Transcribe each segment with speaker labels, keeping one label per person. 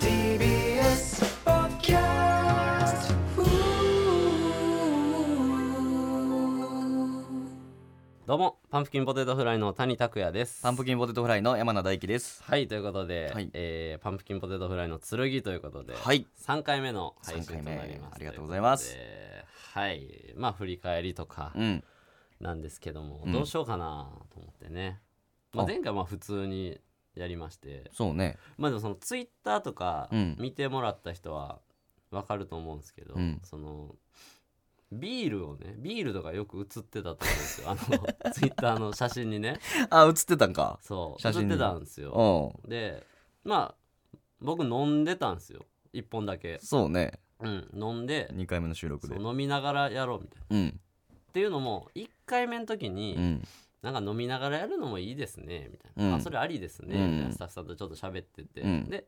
Speaker 1: TBS ポッドキャスト
Speaker 2: どうもパンプキンポテトフライの谷拓也です
Speaker 3: パンプキンポテトフライの山名大輝です。
Speaker 2: はいということで、
Speaker 3: はい
Speaker 2: えーパンプキンポテトフライの剣ということで、
Speaker 3: はい。
Speaker 2: 3回目の配信となります
Speaker 3: 三回目ありがとうございます
Speaker 2: ということではいまあ振り返りとか
Speaker 3: うん。
Speaker 2: なんですけども、
Speaker 3: うん
Speaker 2: どうしようかなと思ってね、まあ、
Speaker 3: あ
Speaker 2: 前回まあ普通にやりまして
Speaker 3: そうね。
Speaker 2: まあでもそのツイッターとか
Speaker 3: うん
Speaker 2: 見てもらった人はわかると思うんですけど、
Speaker 3: うん
Speaker 2: そのビールをねビールとかよく写ってたと思うんですよあのツイッターの写真にね
Speaker 3: あ、映ってたんか。
Speaker 2: そう
Speaker 3: 写真
Speaker 2: 写真
Speaker 3: に
Speaker 2: ってたんです
Speaker 3: うん
Speaker 2: よ。でまあ僕飲んでたんですよ1本だけ、
Speaker 3: そうね。
Speaker 2: うん、飲んで
Speaker 3: 2回目の収録
Speaker 2: そ
Speaker 3: で。
Speaker 2: う飲みながらやろうみたいな。
Speaker 3: うん。
Speaker 2: っていうのも1回目の時に、
Speaker 3: うん。
Speaker 2: なんか飲みながらやるのもいいですねみたいな、
Speaker 3: うん
Speaker 2: あそれありですね、
Speaker 3: うん
Speaker 2: みたいなスタッフさんとちょっと喋ってて、
Speaker 3: うん
Speaker 2: で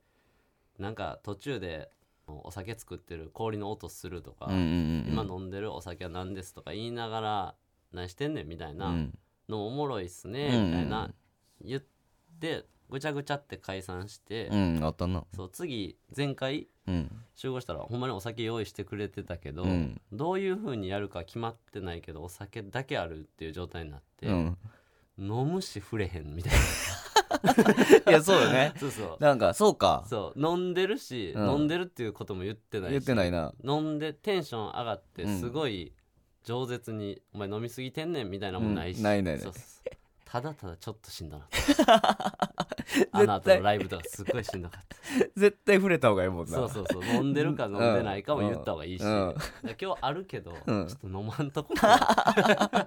Speaker 2: なんか途中でお酒作ってる氷の音するとか、
Speaker 3: うんうんうん。
Speaker 2: 今飲んでるお酒は何ですとか言いながら何してんねんみたいな、
Speaker 3: うん。
Speaker 2: のもおもろいっすね
Speaker 3: うん
Speaker 2: みたいな言ってぐちゃぐちゃって解散して、
Speaker 3: うん。あったな。
Speaker 2: そう次前回
Speaker 3: うん。
Speaker 2: 集合したらほんまにお酒用意してくれてたけど、
Speaker 3: うん
Speaker 2: どういう風にやるか決まってないけどお酒だけあるっていう状態になって、
Speaker 3: うん。
Speaker 2: 飲むし触れへんみたい
Speaker 3: いや、 そうよね
Speaker 2: な。そうそう
Speaker 3: なんか、そうか。
Speaker 2: そう飲んでるし、
Speaker 3: うん
Speaker 2: 飲んでるっていうことも言ってないし
Speaker 3: 言ってないな。
Speaker 2: 飲んでテンション上がって
Speaker 3: うん
Speaker 2: すごい饒舌に「お前飲みすぎてんねん」みたいなもんないし、
Speaker 3: うんないないない
Speaker 2: そうそうそうただただちょっとしんど なかったあの後のライブとかすごいしんどかっ
Speaker 3: 絶対触れた方がいいもん
Speaker 2: た
Speaker 3: な。
Speaker 2: そうそうそう飲んでるか飲んでないかも
Speaker 3: うん
Speaker 2: 言った方がいいし、
Speaker 3: うん
Speaker 2: だから今日あるけど、
Speaker 3: うん
Speaker 2: ちょっと飲まんとこな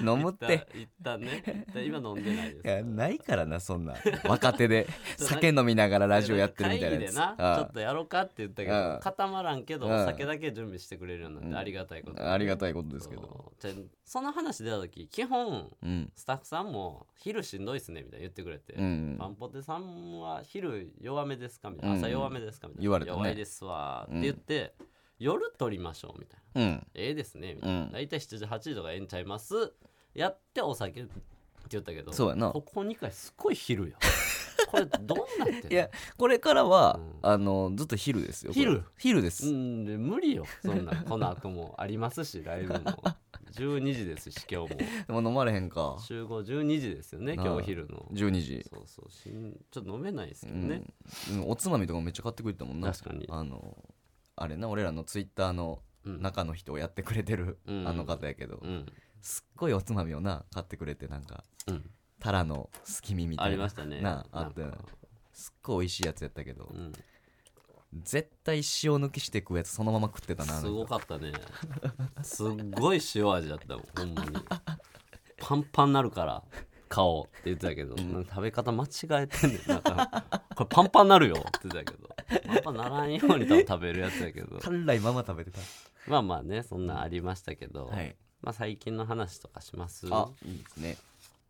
Speaker 3: 飲むっ
Speaker 2: 一旦
Speaker 3: て。
Speaker 2: 一旦ねだから今飲んでないです
Speaker 3: い
Speaker 2: から
Speaker 3: や、ないからな、そん な。若手で。酒飲みながらラジオやってるみたいなやつ。
Speaker 2: 会議でなちょっとやろうかって言ったけ
Speaker 3: う
Speaker 2: ど
Speaker 3: ん
Speaker 2: 固まらんけど
Speaker 3: うん
Speaker 2: お酒だけ準備してくれるようになってありがたいこと
Speaker 3: うんありがたいことですけど。
Speaker 2: どその話出た時基本
Speaker 3: うん。
Speaker 2: スタッフさんも「昼しんどいっすね」みたいな言ってくれて「
Speaker 3: うん
Speaker 2: パ。ンポテさんは昼弱めですか?」みたいな「
Speaker 3: うん
Speaker 2: 朝弱めですか?」みたいな
Speaker 3: 言われたね
Speaker 2: 弱いですわ」って言って「夜撮りましょう」みたいな
Speaker 3: うん。
Speaker 2: 「ええですね」みたいな
Speaker 3: う
Speaker 2: 「
Speaker 3: ん
Speaker 2: 大体7時8時とかええんちゃいます」やってお酒って言ったけど
Speaker 3: そうやな
Speaker 2: ここ2回すっごい昼やこれどうなってんの
Speaker 3: いや、これからは
Speaker 2: うん、
Speaker 3: あの、ずっと昼ですよ。これ
Speaker 2: 昼
Speaker 3: 昼で
Speaker 2: う
Speaker 3: す。
Speaker 2: んで無理よそんなこの後もありますしライブも 12時ですし今日も
Speaker 3: でも飲まれへんか。
Speaker 2: 集合12時ですよね今日お昼の
Speaker 3: 12時
Speaker 2: そうそうしんちょっと飲めないですけ
Speaker 3: う
Speaker 2: どね、
Speaker 3: んうんおつまみとかもめっちゃ買ってくれてたもんな
Speaker 2: 確かに
Speaker 3: あのあれな俺らのツイッターの
Speaker 2: うん
Speaker 3: 中の人をやってくれてる
Speaker 2: うん
Speaker 3: あの方やけど
Speaker 2: うん
Speaker 3: すっごいおつまみをな買ってくれてなんか
Speaker 2: うん
Speaker 3: タラのすき身みたい
Speaker 2: あ
Speaker 3: な
Speaker 2: りましたね
Speaker 3: なああったよ
Speaker 2: なんか
Speaker 3: すっごい美味しいやつやったけど
Speaker 2: うん
Speaker 3: 絶対塩抜きして食うやつそのまま食ってたなあの
Speaker 2: す
Speaker 3: 人
Speaker 2: ごかったねすっごい塩味だったもんほんまにパンパンなるから顔って言ってたけどなんか食べ方間違えてんねんなんかこれパンパンなるよって言ってたけどパンパンならんように多分食べるやつだけど
Speaker 3: 辛いまま食べてた
Speaker 2: まあまあねそんなんありましたけど、
Speaker 3: はい
Speaker 2: まあ、最近の話とかします
Speaker 3: あいいですね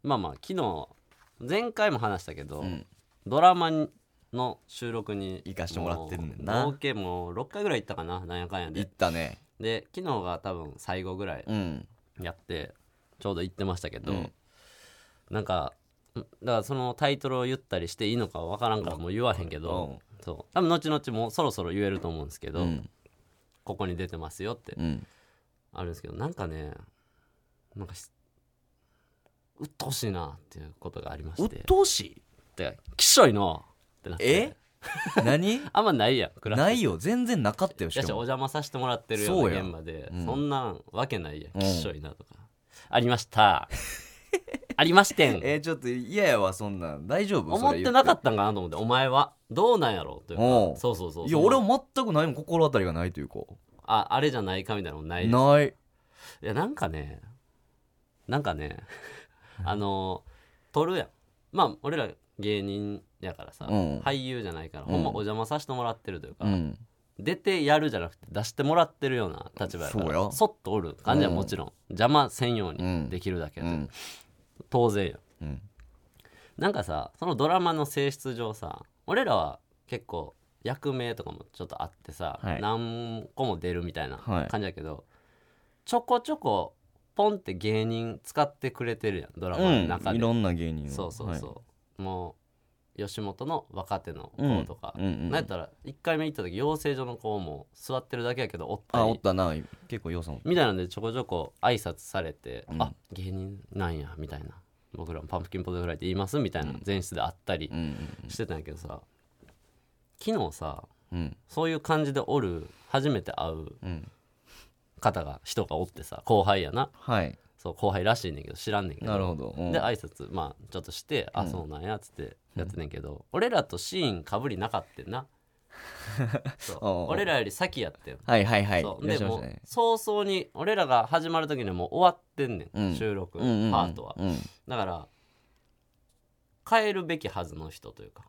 Speaker 2: まあまあ昨日前回も話したけど、
Speaker 3: うん
Speaker 2: ドラマの収録に
Speaker 3: 行かしてもらってるねんな
Speaker 2: もう合計もう6回ぐらい行ったかななんやかんや
Speaker 3: 行
Speaker 2: で
Speaker 3: ったね
Speaker 2: で昨日が多分最後ぐらい
Speaker 3: うん
Speaker 2: やってちょうど行ってましたけど、
Speaker 3: うん
Speaker 2: なんかんだからそのタイトルを言ったりしていいのかわからんからもう言わへんけど、そう多分後々もうそろそろ言えると思うんですけ
Speaker 3: う
Speaker 2: ど、
Speaker 3: ん
Speaker 2: ここに出てますよって
Speaker 3: うん
Speaker 2: あるんですけどなんかねなんかしうっとうしいなっていうことがありまして
Speaker 3: 鬱陶し
Speaker 2: できっしょいのってなっ
Speaker 3: い
Speaker 2: て
Speaker 3: え何
Speaker 2: あんまないやんクラス
Speaker 3: ないよ全然なかったよ
Speaker 2: や
Speaker 3: し
Speaker 2: し
Speaker 3: かも
Speaker 2: お邪魔させてもらってるよう
Speaker 3: そう
Speaker 2: な
Speaker 3: や
Speaker 2: 現場でそ,、
Speaker 3: うん
Speaker 2: ん、なんわけないや
Speaker 3: うん
Speaker 2: きっしょいなとか、ありました ありましてん、
Speaker 3: えーちょっと嫌やわそんなん大丈夫
Speaker 2: 思ってなか
Speaker 3: っ
Speaker 2: ったんかなと思ってお前はどうなんやろうというか
Speaker 3: うん
Speaker 2: そうそうそうい
Speaker 3: いや俺は全く何も心当たりがないというか
Speaker 2: ああれじゃないかみたいなのもないです
Speaker 3: ない
Speaker 2: いやなんかねなんかねあの撮るやんまあ俺ら芸人やからさ、
Speaker 3: うん
Speaker 2: 俳優じゃないからほんまお邪魔させてもらってるというか、
Speaker 3: うん
Speaker 2: 出てやるじゃなくて出してもらってるような立場やから
Speaker 3: そうや
Speaker 2: そっとおる感じはもちろん、邪魔せんよう
Speaker 3: う
Speaker 2: に
Speaker 3: ん
Speaker 2: できるだけ
Speaker 3: う
Speaker 2: で、
Speaker 3: ん
Speaker 2: 当然や
Speaker 3: うん
Speaker 2: なんかさそのドラマの性質上さ俺らは結構役名とかもちょっとあってさ、
Speaker 3: はい
Speaker 2: 何個も出るみたいな
Speaker 3: はい
Speaker 2: 感じだけど、ちょこちょこポンって芸人使ってくれてるやんドラマの中
Speaker 3: い
Speaker 2: で、
Speaker 3: ろんな芸人を
Speaker 2: そうそうそう、も吉本の若手の子とか、
Speaker 3: うんうんうん
Speaker 2: なんやったら1回目行った時養成所の子も座ってるだけやけどおったり
Speaker 3: あおったな結構ようさんおった
Speaker 2: みたいなんでちょこちょこ挨拶されて、
Speaker 3: うん
Speaker 2: あ芸人なんやみたいな僕らもパンプキンポテトフライって言いますみたいな前室であったり
Speaker 3: うん
Speaker 2: してたんやけどさ昨日さ
Speaker 3: うんうん
Speaker 2: そういう感じでおる初めて会う
Speaker 3: うん
Speaker 2: 方が人がおってさ後輩やな
Speaker 3: はい
Speaker 2: そう後輩らしいねんけど知らんねんけど
Speaker 3: なるほど、うん
Speaker 2: で挨拶まあちょっとして「あそうなんや」っつってやってんねんけど、俺らとシーンかぶりなかった んなそう
Speaker 3: おうおう
Speaker 2: 俺らより先やってん、
Speaker 3: はいはいはいい
Speaker 2: そう
Speaker 3: らっ
Speaker 2: で
Speaker 3: しゃいま
Speaker 2: も
Speaker 3: した
Speaker 2: う
Speaker 3: ね
Speaker 2: 早々に俺らが始まる時にはもう終わってんねん、
Speaker 3: うん
Speaker 2: 収録パ
Speaker 3: うんうんうん
Speaker 2: ートは、
Speaker 3: うん
Speaker 2: だから帰るべきはずの人というか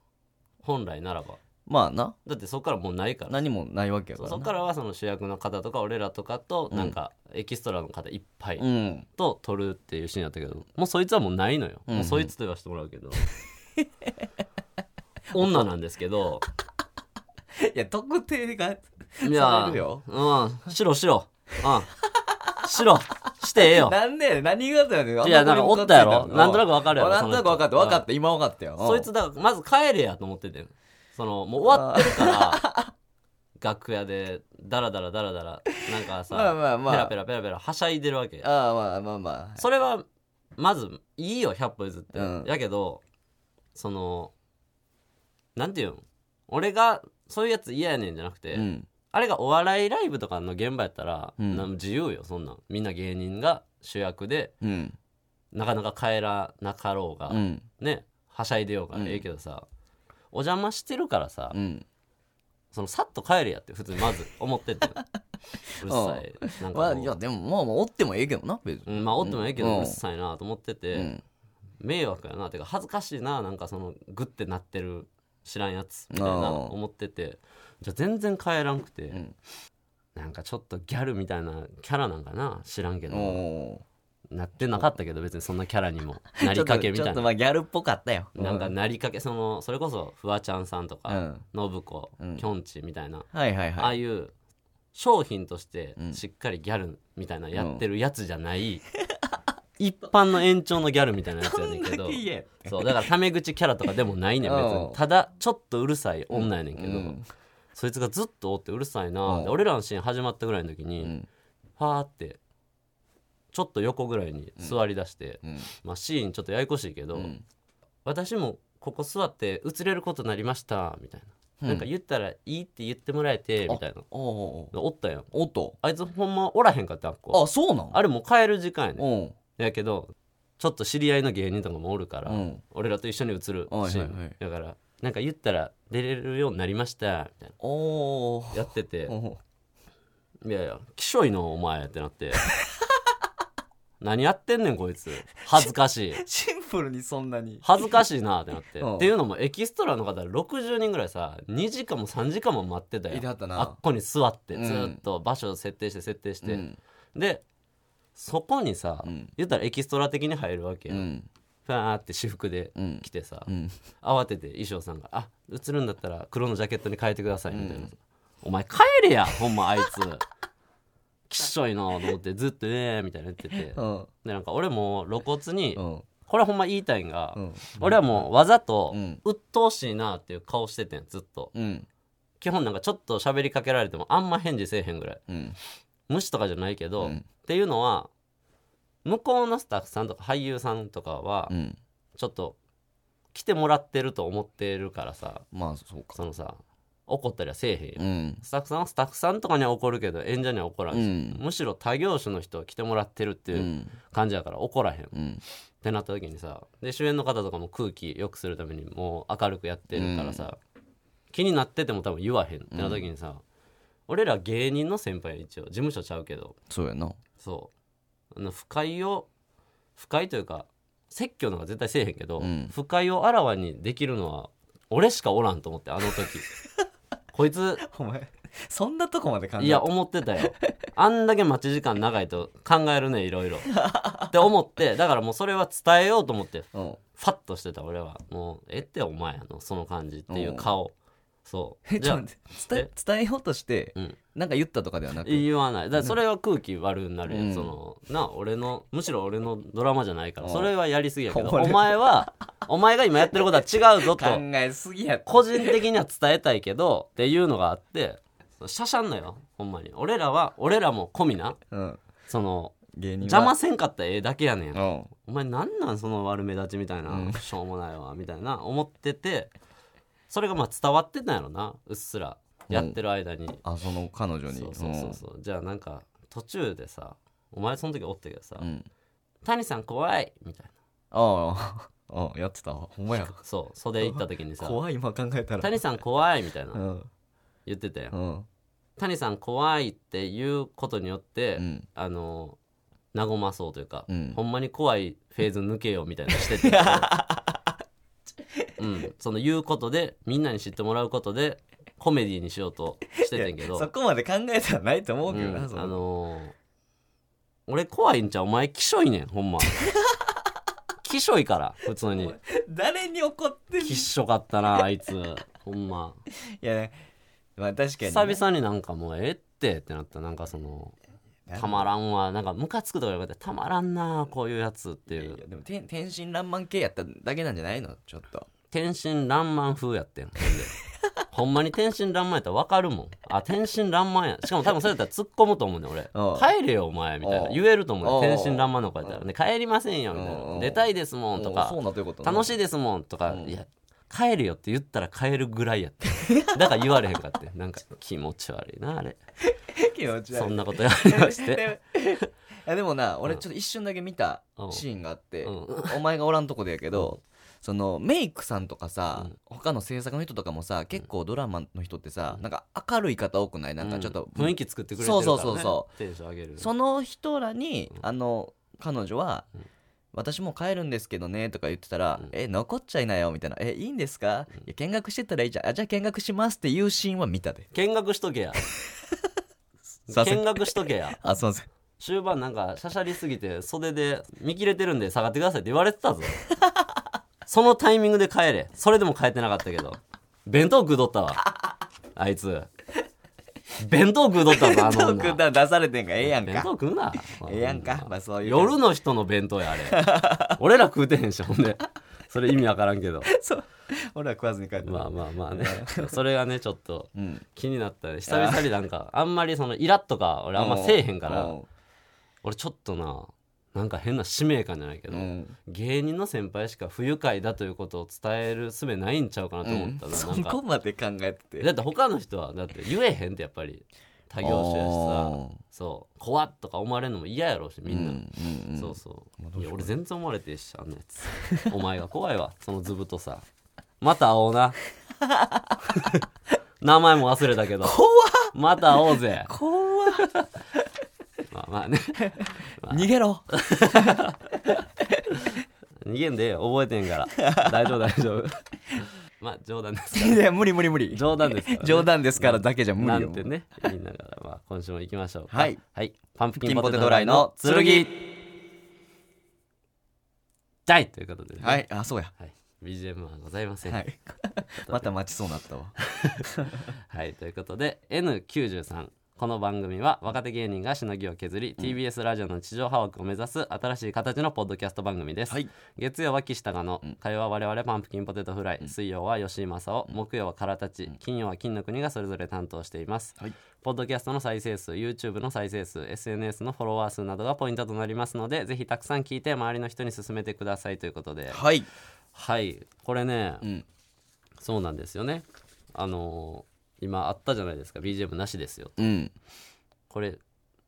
Speaker 2: 本来ならば
Speaker 3: まあな
Speaker 2: だってそこからもうないから
Speaker 3: 何もないわけやか
Speaker 2: そう
Speaker 3: ら
Speaker 2: そ
Speaker 3: な
Speaker 2: こからはその主役の方とか俺らとかと
Speaker 3: うん
Speaker 2: なんかエキストラの方いっぱい
Speaker 3: うん
Speaker 2: と撮るっていうシーンだったけどもうそいつはもうないのよ、
Speaker 3: うんうん
Speaker 2: もうそいつと言わせてもらうけ ど女なんですけど
Speaker 3: いや特定が
Speaker 2: い
Speaker 3: されるよ
Speaker 2: うん白白うん白してええよ
Speaker 3: なんで何がだよねあ
Speaker 2: いや
Speaker 3: こに
Speaker 2: なんかおったや
Speaker 3: 向か
Speaker 2: ろ
Speaker 3: ってた
Speaker 2: なんとなくわかるやろ
Speaker 3: あなんとなく分かった
Speaker 2: その人
Speaker 3: 分かった今分かったよ
Speaker 2: そいつだからまず帰れやと思っててんそのもう終わってるから 楽屋でダラダラダラダラなんかさ
Speaker 3: まあまあまあ
Speaker 2: ペラペラペラペラはしゃいでるわけ
Speaker 3: ああまあまあまあ
Speaker 2: それはまずいいよ100歩譲って、
Speaker 3: うん
Speaker 2: やけどそのなんていうん俺がそういうやつ嫌やねんじゃなくて、
Speaker 3: うん
Speaker 2: あれがお笑いライブとかの現場やったら、
Speaker 3: うん
Speaker 2: なん自由よそんなんみんな芸人が主役で
Speaker 3: うん
Speaker 2: なかなか帰らなかろうが、
Speaker 3: うん
Speaker 2: ねはしゃいでようが、
Speaker 3: うん
Speaker 2: ええけどさお邪魔してるからさ、
Speaker 3: うん
Speaker 2: そのさっと帰れやって普通にまず思っ ててうるさいなんか
Speaker 3: まあ
Speaker 2: も
Speaker 3: いうやでもまあまあおってもええけどな別
Speaker 2: う
Speaker 3: に
Speaker 2: んまあおってもええけど、
Speaker 3: う
Speaker 2: うんるさいなと思ってて、
Speaker 3: うん
Speaker 2: 迷惑やなてか恥ずかしいななんかそのグッてなってる知らんやつみたいな
Speaker 3: あー
Speaker 2: 思っててじゃあ全然帰らんくて、
Speaker 3: ん
Speaker 2: なんかちょっとギャルみたいなキャラなんかな知らんけ
Speaker 3: お
Speaker 2: ど
Speaker 3: お
Speaker 2: なってなかったけど別にそんなキャラにも
Speaker 3: ー
Speaker 2: なりかけ み
Speaker 3: ちょ
Speaker 2: たい
Speaker 3: っと
Speaker 2: な
Speaker 3: まあギャルっぽかったよ
Speaker 2: なんか
Speaker 3: う
Speaker 2: なりかけそのそれこそフワちゃんさんと
Speaker 3: う
Speaker 2: か
Speaker 3: ん
Speaker 2: 信子
Speaker 3: うん
Speaker 2: きょんちみたいな
Speaker 3: はいはい
Speaker 2: あ
Speaker 3: は
Speaker 2: あ
Speaker 3: い
Speaker 2: いう商品として
Speaker 3: うん
Speaker 2: しっかりギャルみたいなやってるやつじゃない、 一般の延長のギャルみたいなやつやねんけ
Speaker 3: ど
Speaker 2: ど
Speaker 3: んだけ言え
Speaker 2: そうだからタメ口キャラとかでもないねん別
Speaker 3: う
Speaker 2: に
Speaker 3: ん
Speaker 2: ただちょっとうるさい女やねんけど、
Speaker 3: うん
Speaker 2: そいつがずっとおってうるさいな
Speaker 3: うん
Speaker 2: で俺らのシーン始まったぐらいの時に、
Speaker 3: ん
Speaker 2: ファーってちょっと横ぐらいに座り出して、
Speaker 3: うん
Speaker 2: まあ、シーンちょっとややこしいけど、
Speaker 3: うん
Speaker 2: 私もここ座って映れることになりましたみたいな、
Speaker 3: うん
Speaker 2: なんか言ったらいいって言ってもらえてみたいな
Speaker 3: おお
Speaker 2: おったやん
Speaker 3: おと
Speaker 2: あいつほんまおらへんかってあっこ
Speaker 3: あそうなん
Speaker 2: あれもう帰る時間やねん
Speaker 3: うん
Speaker 2: やけどちょっと知り合いの芸人とかもおるから、
Speaker 3: うん
Speaker 2: 俺らと一緒に映るシ
Speaker 3: はいはい
Speaker 2: ーン、だからなんか言ったら出れるようになりましたみたい
Speaker 3: おお
Speaker 2: なやってて
Speaker 3: おお
Speaker 2: 「いやいやきしょいのお前」ってなって 「何やってんねんこいつ恥ずかしい
Speaker 3: シンプルにそんなに
Speaker 2: 恥ずかしいな」ってなって
Speaker 3: うん
Speaker 2: っていうのもエキストラの方60人ぐらいさ2時間も3時間も待ってたよ
Speaker 3: いてはったな
Speaker 2: あっこに座って
Speaker 3: うん
Speaker 2: ずっと場所を設定して設定して、
Speaker 3: うん
Speaker 2: でそこにさ、
Speaker 3: うん
Speaker 2: 言ったらエキストラ的に入るわけ
Speaker 3: う
Speaker 2: よ、
Speaker 3: ん
Speaker 2: ファーって私服で
Speaker 3: うん
Speaker 2: 来てさ、
Speaker 3: うん
Speaker 2: 慌てて衣装さんが「あ映るんだったら黒のジャケットに変えてください」みたいな、お前帰れや ほんまあいつきっしょいなと思ってずっと「ええ」みたいな言ってて、
Speaker 3: うん
Speaker 2: でなんか俺も露骨に、
Speaker 3: うん
Speaker 2: これほんま言いたいんが、
Speaker 3: うん
Speaker 2: 俺はもうわざと
Speaker 3: うん
Speaker 2: 鬱陶しいなっていう顔しててんずっと
Speaker 3: うん
Speaker 2: 基本なんかちょっと喋りかけられてもあんま返事せえへんぐらい
Speaker 3: うん
Speaker 2: 無視とかじゃないけど、
Speaker 3: うん
Speaker 2: っていうのは向こうのスタッフさんとか俳優さんとかは
Speaker 3: うん
Speaker 2: ちょっと来てもらってると思ってるからさ
Speaker 3: まあそうか
Speaker 2: そのさ怒ったりはせえへんよ、
Speaker 3: うん
Speaker 2: スタッフさんはスタッフさんとかには怒るけど演者には怒らんし、
Speaker 3: うん
Speaker 2: むしろ他業種の人は来てもらってるって
Speaker 3: う
Speaker 2: いうん感じやから怒らへんっ
Speaker 3: うん
Speaker 2: てなった時にさで主演の方とかも空気良くするためにもう明るくやってるからさ、気になってても多分言わへんってなった時にさ、俺ら芸人の先輩や一応事務所ちゃうけど
Speaker 3: そうやな
Speaker 2: そうあの不快を不快というか説教なんか絶対せえへんけど、
Speaker 3: うん
Speaker 2: 不快をあらわにできるのは俺しかおらんと思ってあの時 こいつ
Speaker 3: お前そんなとこまで考え
Speaker 2: いや思ってたよあんだけ待ち時間長いと考えるねいろいろって思ってだからもうそれは伝えようと思って
Speaker 3: うん
Speaker 2: ファッとしてた俺はもうえってお前のその感じっていう顔そう
Speaker 3: え
Speaker 2: じ
Speaker 3: ち
Speaker 2: ゃ
Speaker 3: ょっ
Speaker 2: あ
Speaker 3: と待って伝え伝えようとして
Speaker 2: うん
Speaker 3: なんか言ったとかではなく
Speaker 2: 言わないだからそれは空気悪になるやん、
Speaker 3: うん
Speaker 2: そのな俺のむしろ俺のドラマじゃないから
Speaker 3: うん
Speaker 2: それはやりすぎやけど
Speaker 3: 俺
Speaker 2: お前はお前が今やってることは違うぞと
Speaker 3: 考えすぎやって
Speaker 2: 個人的には伝えたいけどっていうのがあってそうしゃしゃんのよほんまに俺らは俺らも込みな
Speaker 3: うん
Speaker 2: その
Speaker 3: 芸人
Speaker 2: 邪魔
Speaker 3: は
Speaker 2: せんかったらええだけやねん
Speaker 3: うん
Speaker 2: お前なんなんその悪目立ちみたいな、
Speaker 3: うん
Speaker 2: しょうもないわみたいな思っててそれがまあ伝わってたんやろなうっすらやってる間に、
Speaker 3: あその彼女に
Speaker 2: そうそうそうそうじゃあなんか途中でさお前その時おったけどさ
Speaker 3: う
Speaker 2: 「
Speaker 3: んうん
Speaker 2: 谷さん怖い」みたい
Speaker 3: ああ ああやってたわほんま や
Speaker 2: なそう袖行った時にさ
Speaker 3: 怖い今考えた
Speaker 2: 「
Speaker 3: ら
Speaker 2: 谷さん怖い」みたいな、
Speaker 3: うん
Speaker 2: 言ってたよ、
Speaker 3: うん
Speaker 2: 谷さん怖いっていうことによって、
Speaker 3: うん
Speaker 2: あの和まそうというか、
Speaker 3: うん
Speaker 2: ほんまに怖いフェーズ抜けようみたいなのし てて、うん、その言うことでみんなに知ってもらうことでコメディにしようとしててんけど
Speaker 3: いやそこまで考えたらないと思うけど
Speaker 2: うん
Speaker 3: なそ
Speaker 2: あ
Speaker 3: の
Speaker 2: のー俺怖いんちゃうお前きしょいねんほ んまきしょいから普通に
Speaker 3: 誰に怒ってる
Speaker 2: きっしょかったなあいつほんま
Speaker 3: いやまあ確かに
Speaker 2: 久々になんかもうええってってなったなんかその
Speaker 3: なん
Speaker 2: たまらんわなんかムカつくとか言われてたまらんなこういうやつってい
Speaker 3: いうやでも天天真爛漫系やっただけなんじゃないのちょっと
Speaker 2: 天真爛漫風やってんほんで ほんまに天真爛漫やったら分かるもんあ天真爛漫やしかも多分それやったら突っ込むと思うね ん俺
Speaker 3: うん
Speaker 2: 帰れよお前みたいな
Speaker 3: うん
Speaker 2: 言えると思うねん
Speaker 3: うん
Speaker 2: 天真爛漫の子やったら、ね、帰りませんよみたい
Speaker 3: うんう
Speaker 2: なん出たいですもんと
Speaker 3: うん
Speaker 2: か
Speaker 3: そうなということ
Speaker 2: 楽し
Speaker 3: い
Speaker 2: いですもんとか、
Speaker 3: うん
Speaker 2: いや帰るよって言ったら帰るぐらいやって だから言われへんかってなんか気持ち悪いなあれ
Speaker 3: 気持ち悪い
Speaker 2: そんなことやりま して、
Speaker 3: でもいやでもな俺ちょっと一瞬だけ見たシーンがあって、
Speaker 2: うん、
Speaker 3: お前がおらんとこでやけど、そのメイクさんとかさ、
Speaker 2: うん
Speaker 3: 他の制作の人とかもさ結構ドラマの人ってさ、なんか明るい方多くないなんかちょっと、
Speaker 2: うん雰囲気作ってくれてるから、ね、
Speaker 3: そうそうそうそ
Speaker 2: テンション上げる
Speaker 3: その人らに、
Speaker 2: うん
Speaker 3: あの彼女は、
Speaker 2: うん
Speaker 3: 私もう帰るんですけどね」とか言ってたら「
Speaker 2: うん
Speaker 3: え残っちゃいなよ」みたいな「えいいんですかいや見学してたらいいじゃんあじゃあ見学します」っていうシーンは見たで
Speaker 2: 見学しとけ や
Speaker 3: すいません
Speaker 2: 見学しとけや
Speaker 3: あすいません
Speaker 2: 終盤なんかしゃしゃりすぎて袖で見切れてるんで下がってくださいって言われてたぞ そのタイミングで帰れそれでも帰ってなかったけど弁当食うとったわあいつ弁当食うとったぞあの
Speaker 3: トー
Speaker 2: 女
Speaker 3: クだ出されてんがええやん
Speaker 2: 弁当
Speaker 3: か
Speaker 2: 食うな
Speaker 3: ええやんかまあそういう
Speaker 2: 夜の人の弁当やあれ俺ら食うてへんしほんでそれ意味わからんけど
Speaker 3: そう 俺は食わずに帰った、
Speaker 2: まあまあまあねそれがねちょっと
Speaker 3: うん
Speaker 2: 気になったね久々になんかあんまりそのイラッとか俺あんませえへんから、
Speaker 3: うん
Speaker 2: 俺ちょっとななんか変な使命感じゃないけど、
Speaker 3: うん
Speaker 2: 芸人の先輩しか不愉快だということを伝える術ないんちゃうかなと思った
Speaker 3: う
Speaker 2: ら、
Speaker 3: ん
Speaker 2: な
Speaker 3: そ
Speaker 2: ん
Speaker 3: こ
Speaker 2: か
Speaker 3: まで考えてて
Speaker 2: だって他の人はだって言えへんってやっぱり他業種やしさそう怖っとか思われるのも嫌やろうしみんな、
Speaker 3: うんうん
Speaker 2: そううそう、
Speaker 3: まあどうしようか
Speaker 2: い
Speaker 3: な
Speaker 2: や俺全然思われてえしあんなやつお前が怖いわ その図太さまた会お うな名前も忘れたけど
Speaker 3: 怖っ
Speaker 2: また会おうぜ
Speaker 3: 怖っ
Speaker 2: まあまあね
Speaker 3: 逃げろ
Speaker 2: 逃げんでええよ覚えてんか ら大丈夫大丈夫まあ冗談ですか
Speaker 3: いや無理無理無理
Speaker 2: ら冗談ですから、ね、
Speaker 3: 冗談ですからだけじゃ無
Speaker 2: な
Speaker 3: 理よ
Speaker 2: んてね言いながら、まあ、今週も行きましょうか
Speaker 3: はい、
Speaker 2: パンプキ
Speaker 3: ピ
Speaker 2: ン
Speaker 3: ン
Speaker 2: ポ
Speaker 3: ポ
Speaker 2: テ
Speaker 3: テト
Speaker 2: トフ
Speaker 3: フ
Speaker 2: ラ
Speaker 3: ラ
Speaker 2: イ
Speaker 3: イ
Speaker 2: の
Speaker 3: の
Speaker 2: 剣
Speaker 3: 剣
Speaker 2: 大ということでね、
Speaker 3: はいあそうや
Speaker 2: はい、BGM はございません
Speaker 3: は
Speaker 2: はい、
Speaker 3: いまた待ちそうになったわ
Speaker 2: ということで N93 この番組は若手芸人がしのぎを削り、TBS ラジオの地上波枠を目指す新しい形のポッドキャスト番組です、
Speaker 3: はい
Speaker 2: 月曜は岸高の火曜は我々パンプキンポテトフライ、水曜は吉井正夫、木曜はカラタチ、金曜は金の国がそれぞれ担当しています、
Speaker 3: はい
Speaker 2: ポッドキャストの再生数 YouTube の再生数 SNS のフォロワー数などがポイントとなりますのでぜひたくさん聞いて周りの人に勧めてくださいということで
Speaker 3: はい
Speaker 2: はいこれね、
Speaker 3: ん
Speaker 2: そうなんですよねあのー今あったじゃないですか BGM なしですよ
Speaker 3: うん
Speaker 2: これ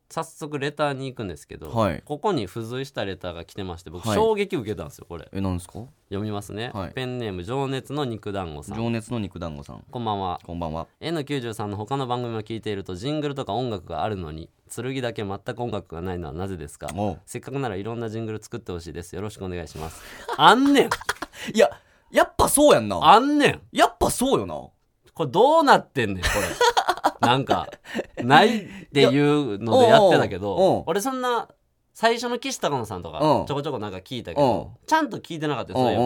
Speaker 2: 早速レターに行くんですけど、
Speaker 3: はい
Speaker 2: ここに付随したレターが来てまして僕
Speaker 3: はい
Speaker 2: 衝撃受けたんですよこれ
Speaker 3: えなんですか
Speaker 2: 読みますね、
Speaker 3: はい
Speaker 2: ペンネーム情熱の肉団子さん
Speaker 3: 情熱の肉団子さん
Speaker 2: こんばんは
Speaker 3: こんばんは
Speaker 2: N93 の他の番組を聞いているとジングルとか音楽があるのに剣だけ全く音楽がないのはなぜですか
Speaker 3: おう
Speaker 2: せっかくならいろんなジングル作ってほしいですよろしくお願いしますあんねん
Speaker 3: いややっぱそうやんな
Speaker 2: あんねん
Speaker 3: やっぱそうよな
Speaker 2: これどうなってんねんこれなんかないっていうのでやってたけ
Speaker 3: いやおうおうおう
Speaker 2: ど俺そんな最初の岸高野さんとか
Speaker 3: うん
Speaker 2: ちょこちょこなんか聞いたけ
Speaker 3: う
Speaker 2: どちゃんと聞いてなかったよ
Speaker 3: ん
Speaker 2: そううんいうえ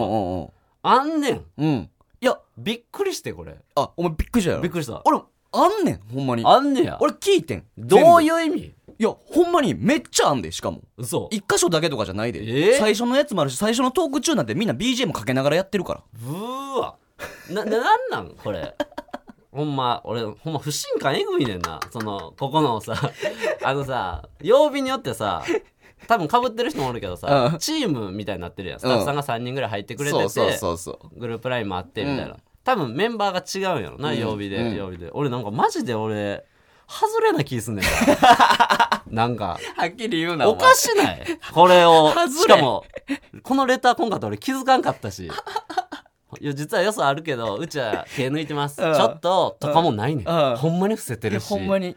Speaker 2: ば
Speaker 3: んうん
Speaker 2: あんねん
Speaker 3: うんうんいや
Speaker 2: びっくりしてこれ
Speaker 3: あお前びっくりしたやろ
Speaker 2: びっくりした
Speaker 3: 俺あんねんほんまに
Speaker 2: あんねや
Speaker 3: 俺聞いてん
Speaker 2: どう
Speaker 3: い
Speaker 2: いう意味
Speaker 3: ういやほんまにめっちゃあんでしかも
Speaker 2: 嘘
Speaker 3: 一箇所だけとかじゃないで、
Speaker 2: えー
Speaker 3: 最初のやつもあるし最初のトーク中なんてみんな BGM かけながらやってるから
Speaker 2: うーわなななんなんこれほんま俺ほんま不信感えぐいねんなそのここのさあのさ曜日によってさ多分かぶってる人もおるけどさ、
Speaker 3: うん
Speaker 2: チームみたいになってるやんスタッフさんが3人ぐらい入ってくれてて、
Speaker 3: そうそうそうそう
Speaker 2: グループラインもあってみたいな、多分メンバーが違うんやろな、
Speaker 3: うん
Speaker 2: 曜日で、
Speaker 3: うん
Speaker 2: 曜日で俺なんかマジで俺外れな気すんねん ななんか
Speaker 3: はっきり言う
Speaker 2: おかしないこれを
Speaker 3: 外れ
Speaker 2: しかもこのレター今回って俺気づかんかったしいや実はよそあるけどうちは毛抜いてます、
Speaker 3: うん
Speaker 2: ちょっととかもないねん、
Speaker 3: うん
Speaker 2: ほんまに伏せて
Speaker 3: いや
Speaker 2: るし
Speaker 3: ほんまに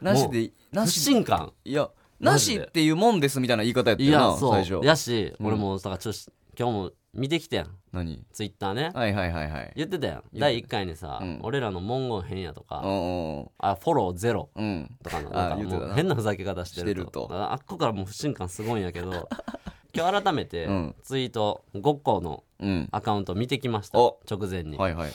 Speaker 3: なしでな
Speaker 2: 不
Speaker 3: し
Speaker 2: 信感
Speaker 3: いや
Speaker 2: マ
Speaker 3: な
Speaker 2: ジ
Speaker 3: し
Speaker 2: で
Speaker 3: っていうもんですみたいな言い方やった
Speaker 2: い
Speaker 3: よ
Speaker 2: や
Speaker 3: な
Speaker 2: そ
Speaker 3: 最初
Speaker 2: うやし、
Speaker 3: うん
Speaker 2: 俺もだからちょっと今日も見てきてん
Speaker 3: 何
Speaker 2: ツイッターね
Speaker 3: はいはいはいはい
Speaker 2: 言ってたやん
Speaker 3: た
Speaker 2: 第1回にさ、
Speaker 3: うん
Speaker 2: 俺らの文言変やとか、
Speaker 3: うん
Speaker 2: あフォローゼロ
Speaker 3: うんうん
Speaker 2: とかの
Speaker 3: あ
Speaker 2: なんか
Speaker 3: 言って
Speaker 2: も
Speaker 3: たな
Speaker 2: う変なふざけ方してると
Speaker 3: してると
Speaker 2: ああっこからもう不信感すごいんや けど今日改めて
Speaker 3: うん
Speaker 2: ツイート5個の
Speaker 3: うん
Speaker 2: アカウント見てきました直
Speaker 3: お
Speaker 2: 前に、
Speaker 3: はいはい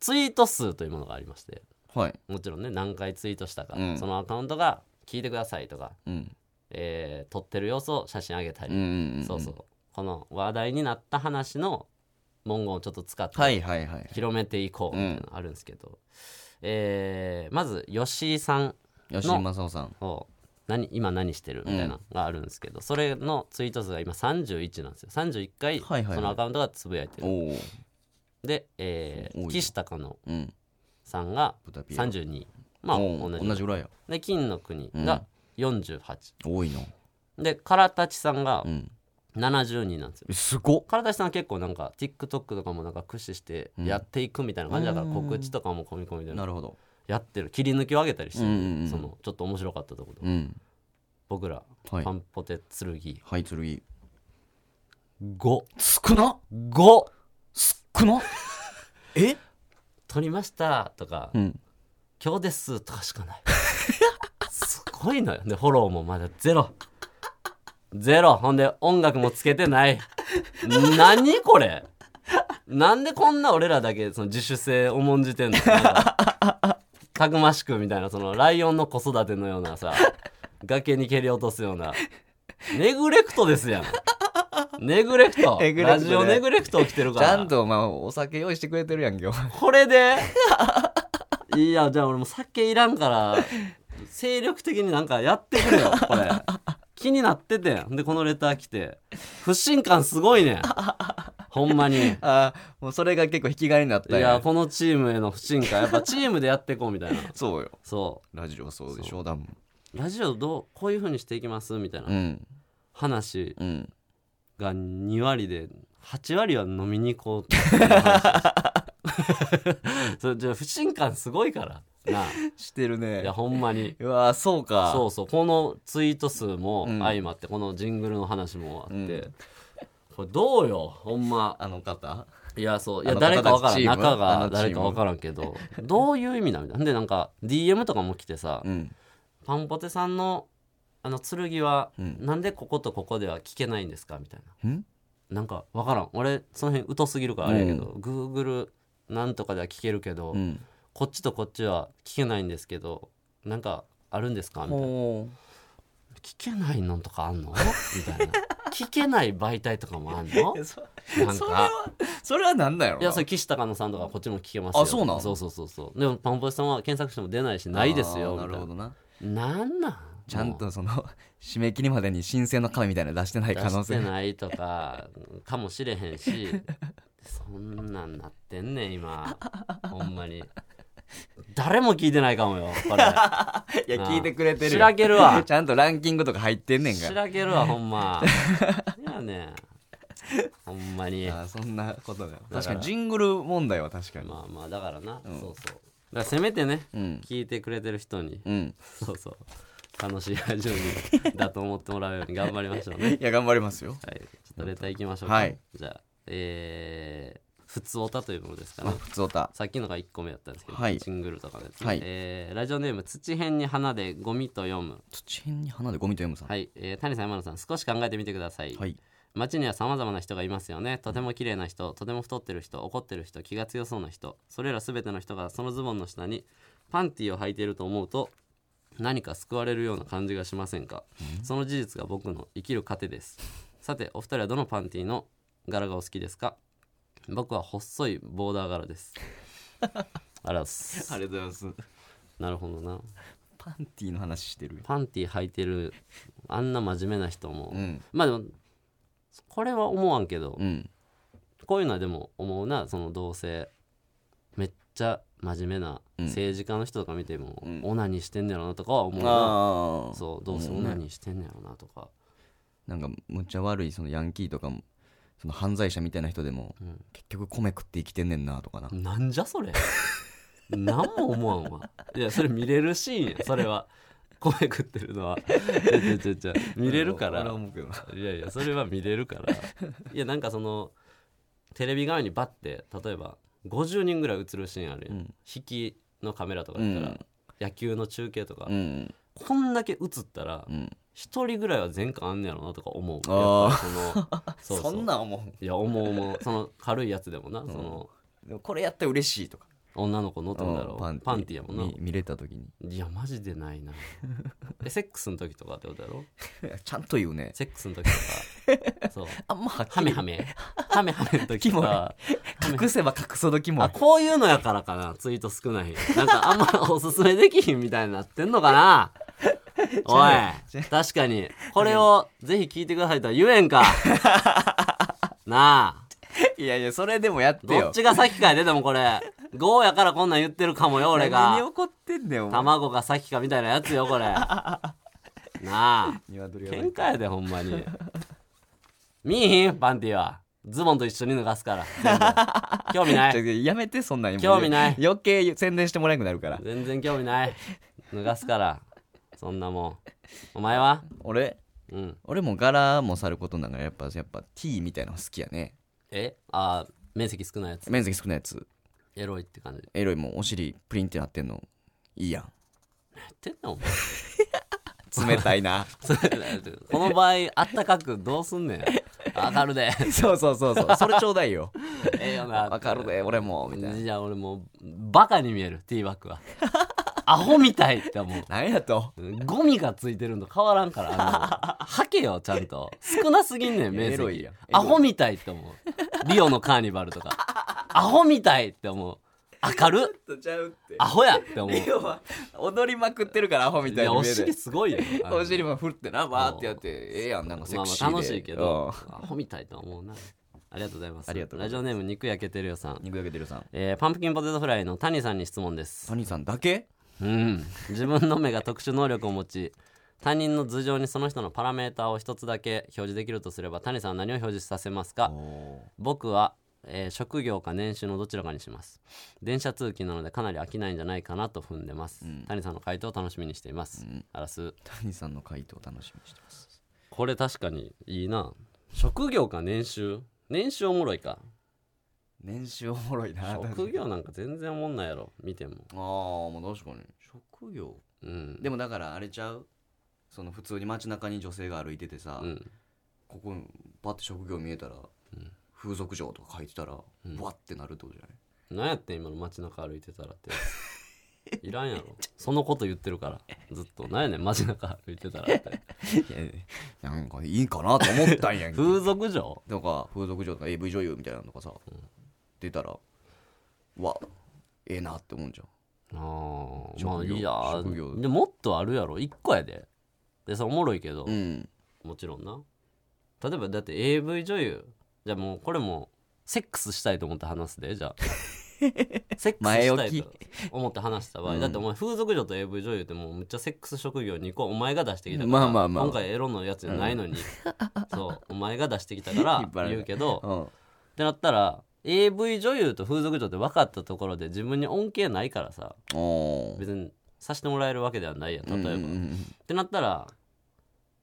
Speaker 2: ツイート数というものがありまして
Speaker 3: はい
Speaker 2: もちろんね何回ツイートしたか、
Speaker 3: うん
Speaker 2: そのアカウントが「聞いてください」とか、
Speaker 3: うん
Speaker 2: えー撮ってる様子を写真あげた
Speaker 3: うん
Speaker 2: り、
Speaker 3: うんん
Speaker 2: そうそうこの話題になった話の文言をちょっと使って、
Speaker 3: はいはいはい
Speaker 2: 広めていこうみたいなのあるんですけど、えーまず吉井さん
Speaker 3: 吉井正夫さん
Speaker 2: を何今何してるみたいなのがあるんですけど、それのツイート数が今31なんですよ31回
Speaker 3: はいはいはい
Speaker 2: そのアカウントがつぶやいてる、
Speaker 3: おお
Speaker 2: で、え
Speaker 3: 多い
Speaker 2: ー、
Speaker 3: な
Speaker 2: 岸高野
Speaker 3: うん
Speaker 2: さんが
Speaker 3: 豚ピエロ
Speaker 2: 32まあ
Speaker 3: おう
Speaker 2: 同じ
Speaker 3: 同じぐらいや
Speaker 2: で金の国が48、
Speaker 3: 多いな
Speaker 2: で唐立さんが
Speaker 3: うん
Speaker 2: 72なんですよ
Speaker 3: えすごっ
Speaker 2: 唐立さんは結構なんか TikTok とかもなんか駆使してやっていくみたいな感じだから告知とかも込み込みで
Speaker 3: なるほど
Speaker 2: やってる切り抜きを上げたりしてる、
Speaker 3: うんうんうん
Speaker 2: そのちょっと面白かったところ、
Speaker 3: うん
Speaker 2: 僕ら
Speaker 3: はい
Speaker 2: パンポテ剣
Speaker 3: はいつるい
Speaker 2: 5
Speaker 3: 少な
Speaker 2: 5
Speaker 3: 少なえ
Speaker 2: 撮りましたとか、
Speaker 3: うん
Speaker 2: 今日ですとかしかないすごいのよでフォローもまだゼロゼロほんで音楽もつけてない何これなんでこんな俺らだけその自主性重んじてんのなんかたくましくみたいなそのライオンの子育てのようなさ崖に蹴り落とすようなネグレクトですやんネグレクト
Speaker 3: ネグレクトね
Speaker 2: ラジオネグレクト起きてるか
Speaker 3: ち
Speaker 2: ら
Speaker 3: ゃんとまあお酒用意してくれてるやんけお 前
Speaker 2: これでいやじゃあ俺もう酒いらんから精力的になんかやってくれよこれ気になっててんでこのレター来て不信感すごいねんほん まにい
Speaker 3: あーもうそれが結構引き金になったん
Speaker 2: やこのチームへの不信感やっぱチームでやっていこうみたいな
Speaker 3: そうよ
Speaker 2: そ
Speaker 3: ラジオはそうでしょだもん
Speaker 2: うラジオどうこういう風にしていきますみたいな
Speaker 3: うん
Speaker 2: 話
Speaker 3: うん
Speaker 2: が2割で8割は飲みに行こ うっていう話そうじゃあ不信感すごいからな
Speaker 3: してるね
Speaker 2: いやほんまに
Speaker 3: うわーそうか
Speaker 2: そうそうこのツイート数も
Speaker 3: うん
Speaker 2: 相まって、このジングルの話もあって、
Speaker 3: うん
Speaker 2: これどうよほんま
Speaker 3: あの方
Speaker 2: いやそういや
Speaker 3: あの
Speaker 2: 誰かわから
Speaker 3: 形
Speaker 2: ん
Speaker 3: チーム
Speaker 2: 中
Speaker 3: あの
Speaker 2: が
Speaker 3: チーム
Speaker 2: 誰かわからんけどどういう意味なんみたいなでなんか DM とかも来てさ、
Speaker 3: うん
Speaker 2: パンポテさんのあの剣は、
Speaker 3: うん
Speaker 2: なんでこことここでは聞けないんですかみたいな
Speaker 3: うん
Speaker 2: なんかわからん俺その辺疎すぎるからあれやけど、Google なんとかでは聞けるけど、
Speaker 3: うん
Speaker 2: こっちとこっちは聞けないんですけどなんかあるんですかみたいな
Speaker 3: ほ
Speaker 2: 聞けないのとかあん のみたいな聞けない媒体とかもあんの
Speaker 3: うそ
Speaker 2: なん
Speaker 3: それ
Speaker 2: か
Speaker 3: はそれはなんだよ
Speaker 2: いやそれ岸高野さんとかこっちも聞けますよ
Speaker 3: あそうなん
Speaker 2: そうそうそうそうでもパンポチさんは検索しても出ないしないですよみ
Speaker 3: あーな
Speaker 2: たいな
Speaker 3: るほどな
Speaker 2: なんなん
Speaker 3: ちゃんとその 締め切りまでに申請の紙みたいなの出してない
Speaker 2: 出
Speaker 3: 可能
Speaker 2: して
Speaker 3: 性
Speaker 2: ないとかかもしれへんしそんなんなってんねん今ほんまに誰も聞いてないかもよ これ
Speaker 3: いや聞いてくれてるよ
Speaker 2: しらけるわ
Speaker 3: ちゃんとランキングとか入ってんねんか
Speaker 2: し
Speaker 3: ら
Speaker 2: らけるわほんまいやねほんまに
Speaker 3: あーそんなことが
Speaker 2: ら
Speaker 3: 確かにジングル問題は確かに
Speaker 2: まあまあだからな、そうそうだからせめてね、
Speaker 3: うん
Speaker 2: 聞いてくれてる人に、
Speaker 3: うん
Speaker 2: そうそう楽しいラジオにだと思ってもらうように 頑張りましょうね
Speaker 3: いや頑張りますよ
Speaker 2: はいちょっとレターいきましょうか、
Speaker 3: はい
Speaker 2: じゃあえー、普通オタというものです か
Speaker 3: あ
Speaker 2: ね
Speaker 3: 普通おた
Speaker 2: さっきのが1個目だったんですけど、
Speaker 3: はい
Speaker 2: シングルとかですね、
Speaker 3: はい
Speaker 2: えーラジオネーム土辺に花でゴミと読む
Speaker 3: 土辺に花でゴミと読むさん
Speaker 2: はい、えー、谷さん山野さん少し考えてみてください、
Speaker 3: はい
Speaker 2: 街には様々な人がいますよねとても綺麗な人とても太ってる人怒ってる人気が強そうな人それら全ての人がそのズボンの下にパンティーを履いていると思うと何か救われるような感じがしませんかその事実が僕の生きる糧ですさてお二人はどのパンティの柄がお好きですか僕は細いボーダー柄ですあらす
Speaker 3: りがとうございます
Speaker 2: なるほどな
Speaker 3: パンティーの話してる
Speaker 2: パンティ履いてるあんな真面目な人も、
Speaker 3: うん
Speaker 2: まあでもこれは思わんけど、
Speaker 3: うん
Speaker 2: こういうのはでも思うなその同性めっちゃ真面目な
Speaker 3: うん
Speaker 2: 政治家の人とか見ても、
Speaker 3: うん
Speaker 2: オナニーしてんねやろなとかは思うな
Speaker 3: ああ
Speaker 2: そうどうせ
Speaker 3: うん
Speaker 2: オナニーしてんねやろなとか、
Speaker 3: なんかむっちゃ悪いそのヤンキーとかもその犯罪者みたいな人でも、
Speaker 2: うん
Speaker 3: 結局米食って生きてんねんなとかな、
Speaker 2: なんじゃそれ何も思わんわいやそれ見れるシーンやそれは米食ってるのはちょちょちょちょ見れるから
Speaker 3: 俺は思うけどない
Speaker 2: やいやそれは見れるからいやなんかそのテレビ側にバッて例えば50人ぐらい映るシーンあるやん、
Speaker 3: うん
Speaker 2: 引きのカメラとかだったら、
Speaker 3: うん
Speaker 2: 野球の中継とか、
Speaker 3: うん
Speaker 2: こんだけ映ったら
Speaker 3: うん
Speaker 2: 一人ぐらいは前科あんねやろなとか思う
Speaker 3: あ
Speaker 2: やっぱり そのうう
Speaker 3: なん思
Speaker 2: いや思う思うその軽いやつでもな、その
Speaker 3: うでもこれやったら嬉しいとか
Speaker 2: 女の子のってんだろうパンティやもんな
Speaker 3: み見れた時に
Speaker 2: いやマジでないなえセックスの時とかってことやろ
Speaker 3: ちゃんと言うね
Speaker 2: セックスの時と かそう
Speaker 3: あんまはっ
Speaker 2: ハ
Speaker 3: き
Speaker 2: メ
Speaker 3: り
Speaker 2: ハメハメハメの時とか
Speaker 3: 隠せば隠す時
Speaker 2: あ
Speaker 3: も
Speaker 2: こういうのやからかなツイート少ないなんかあんまおすすめできひんみたいになってんの かなおい確かにこれをぜひ聞いてくださいとは言え んかなあ
Speaker 3: いやいやそれでもやって
Speaker 2: どっちが先かやででもこれゴーやからこんなん言ってるかもよ俺
Speaker 3: 何に
Speaker 2: が
Speaker 3: 怒ってんねんお前
Speaker 2: 卵が先かみたいなやつよ これなあ
Speaker 3: 鶏が
Speaker 2: 喧嘩やでほん まに見えひんパンティはズボンと一緒に脱がすから全部興味な
Speaker 3: ちょ
Speaker 2: い
Speaker 3: やめてそんなん今
Speaker 2: 興味ない
Speaker 3: 余計宣伝してもらえなくなるから
Speaker 2: 全然興味ない脱がすからそんなもんお前は
Speaker 3: 俺
Speaker 2: うん
Speaker 3: 俺も柄もさることながらやっぱやっぱ T みたいなの好きやね
Speaker 2: えあー面積少ないやつ
Speaker 3: 面積少ないやつ
Speaker 2: エロいって感じ
Speaker 3: エロいもんお尻プリンってなってんのいいやん
Speaker 2: やってんのお前
Speaker 3: 冷たいな
Speaker 2: それこの場合あったかくどうすんねんわかるで
Speaker 3: そうそうそうそうそれちょうだいよ
Speaker 2: ええよな
Speaker 3: わかるで俺もみたいな
Speaker 2: じゃあ俺もうバカに見えるティーバックはアホみたいって思う
Speaker 3: 何やと
Speaker 2: ゴミがついてるの変わらんから、あ の、はけよ、ちゃんと。少なすぎんねん、面
Speaker 3: エロい
Speaker 2: 積
Speaker 3: やん。
Speaker 2: アホみたいって思う。リオのカーニバルとか。アホみたいって思う。明る
Speaker 3: ちゃうって
Speaker 2: アホやっ て思う。い
Speaker 3: 要は踊りまくってるからアホみたい
Speaker 2: や、
Speaker 3: な
Speaker 2: お
Speaker 3: 目で
Speaker 2: 尻すごいよ。あの
Speaker 3: お尻も振ってなバーってやってええやんなんかセ
Speaker 2: まあ
Speaker 3: ク
Speaker 2: ま
Speaker 3: シーで、
Speaker 2: あ楽しいけど、
Speaker 3: うん
Speaker 2: アホみたいと思うな。ありがとうございます。
Speaker 3: ありがとうございます
Speaker 2: ラジオネーム、肉焼けてるよさん。
Speaker 3: 肉焼けてるさん
Speaker 2: えーパンプキンポテトフライの谷さんに質問です。
Speaker 3: 谷さんだけ
Speaker 2: うん、自分の目が特殊能力を持ち他人の頭上にその人のパラメーターを一つだけ表示できるとすれば谷さんは何を表示させますか僕は、えー職業か年収のどちらかにします電車通勤なのでかなり飽きないんじゃないかなと踏んでます、谷さんの回答を楽しみにしています、あらす
Speaker 3: 谷さんの回答楽しみにしてます
Speaker 2: これ確かにいいな職業か年収年収おもろいか
Speaker 3: 年収おもろいな
Speaker 2: 職業なんか全然おもんないやろ見ても
Speaker 3: ああもう確かに職業
Speaker 2: うん
Speaker 3: でもだからあれちゃうその普通に街中に女性が歩いててさ、
Speaker 2: うん
Speaker 3: ここにバッて職業見えたら、風俗嬢とか書いてたら、バッてなるってことじゃない
Speaker 2: なんやってん今の街中歩いてたらっていらんやろそのこと言ってるからずっとなんやねん街中歩いてたら って
Speaker 3: なんかいいかなと思ったんやけど
Speaker 2: 風俗嬢
Speaker 3: とか風俗嬢とか AV 女優みたいなのとかさ、出たらわええなって思うんじゃん
Speaker 2: あーまあ
Speaker 3: 職業
Speaker 2: いいや
Speaker 3: 職業
Speaker 2: でもっとあるやろ一個やででそれおもろいけど、
Speaker 3: うん
Speaker 2: もちろんな例えばだって AV 女優じゃあもうこれもセックスしたいと思って話すでじゃあ セックス
Speaker 3: 前
Speaker 2: した
Speaker 3: 置
Speaker 2: い
Speaker 3: き
Speaker 2: と思って話した場合、だってお前風俗女と AV 女優ってもうむっちゃセックス職業2個お前が出してきたから、
Speaker 3: まあまあまあ
Speaker 2: 今回エロのやつじゃないのに、 そうお前が出してきたか
Speaker 3: 引っ張ら
Speaker 2: ら
Speaker 3: れる
Speaker 2: 言うけど
Speaker 3: うん
Speaker 2: ってなったら AV 女優と風俗女って分かったところで自分に恩恵ないからさ
Speaker 3: おー
Speaker 2: 別にさしてもらえるわけではないやん例えば、
Speaker 3: うんうんうん
Speaker 2: ってなったら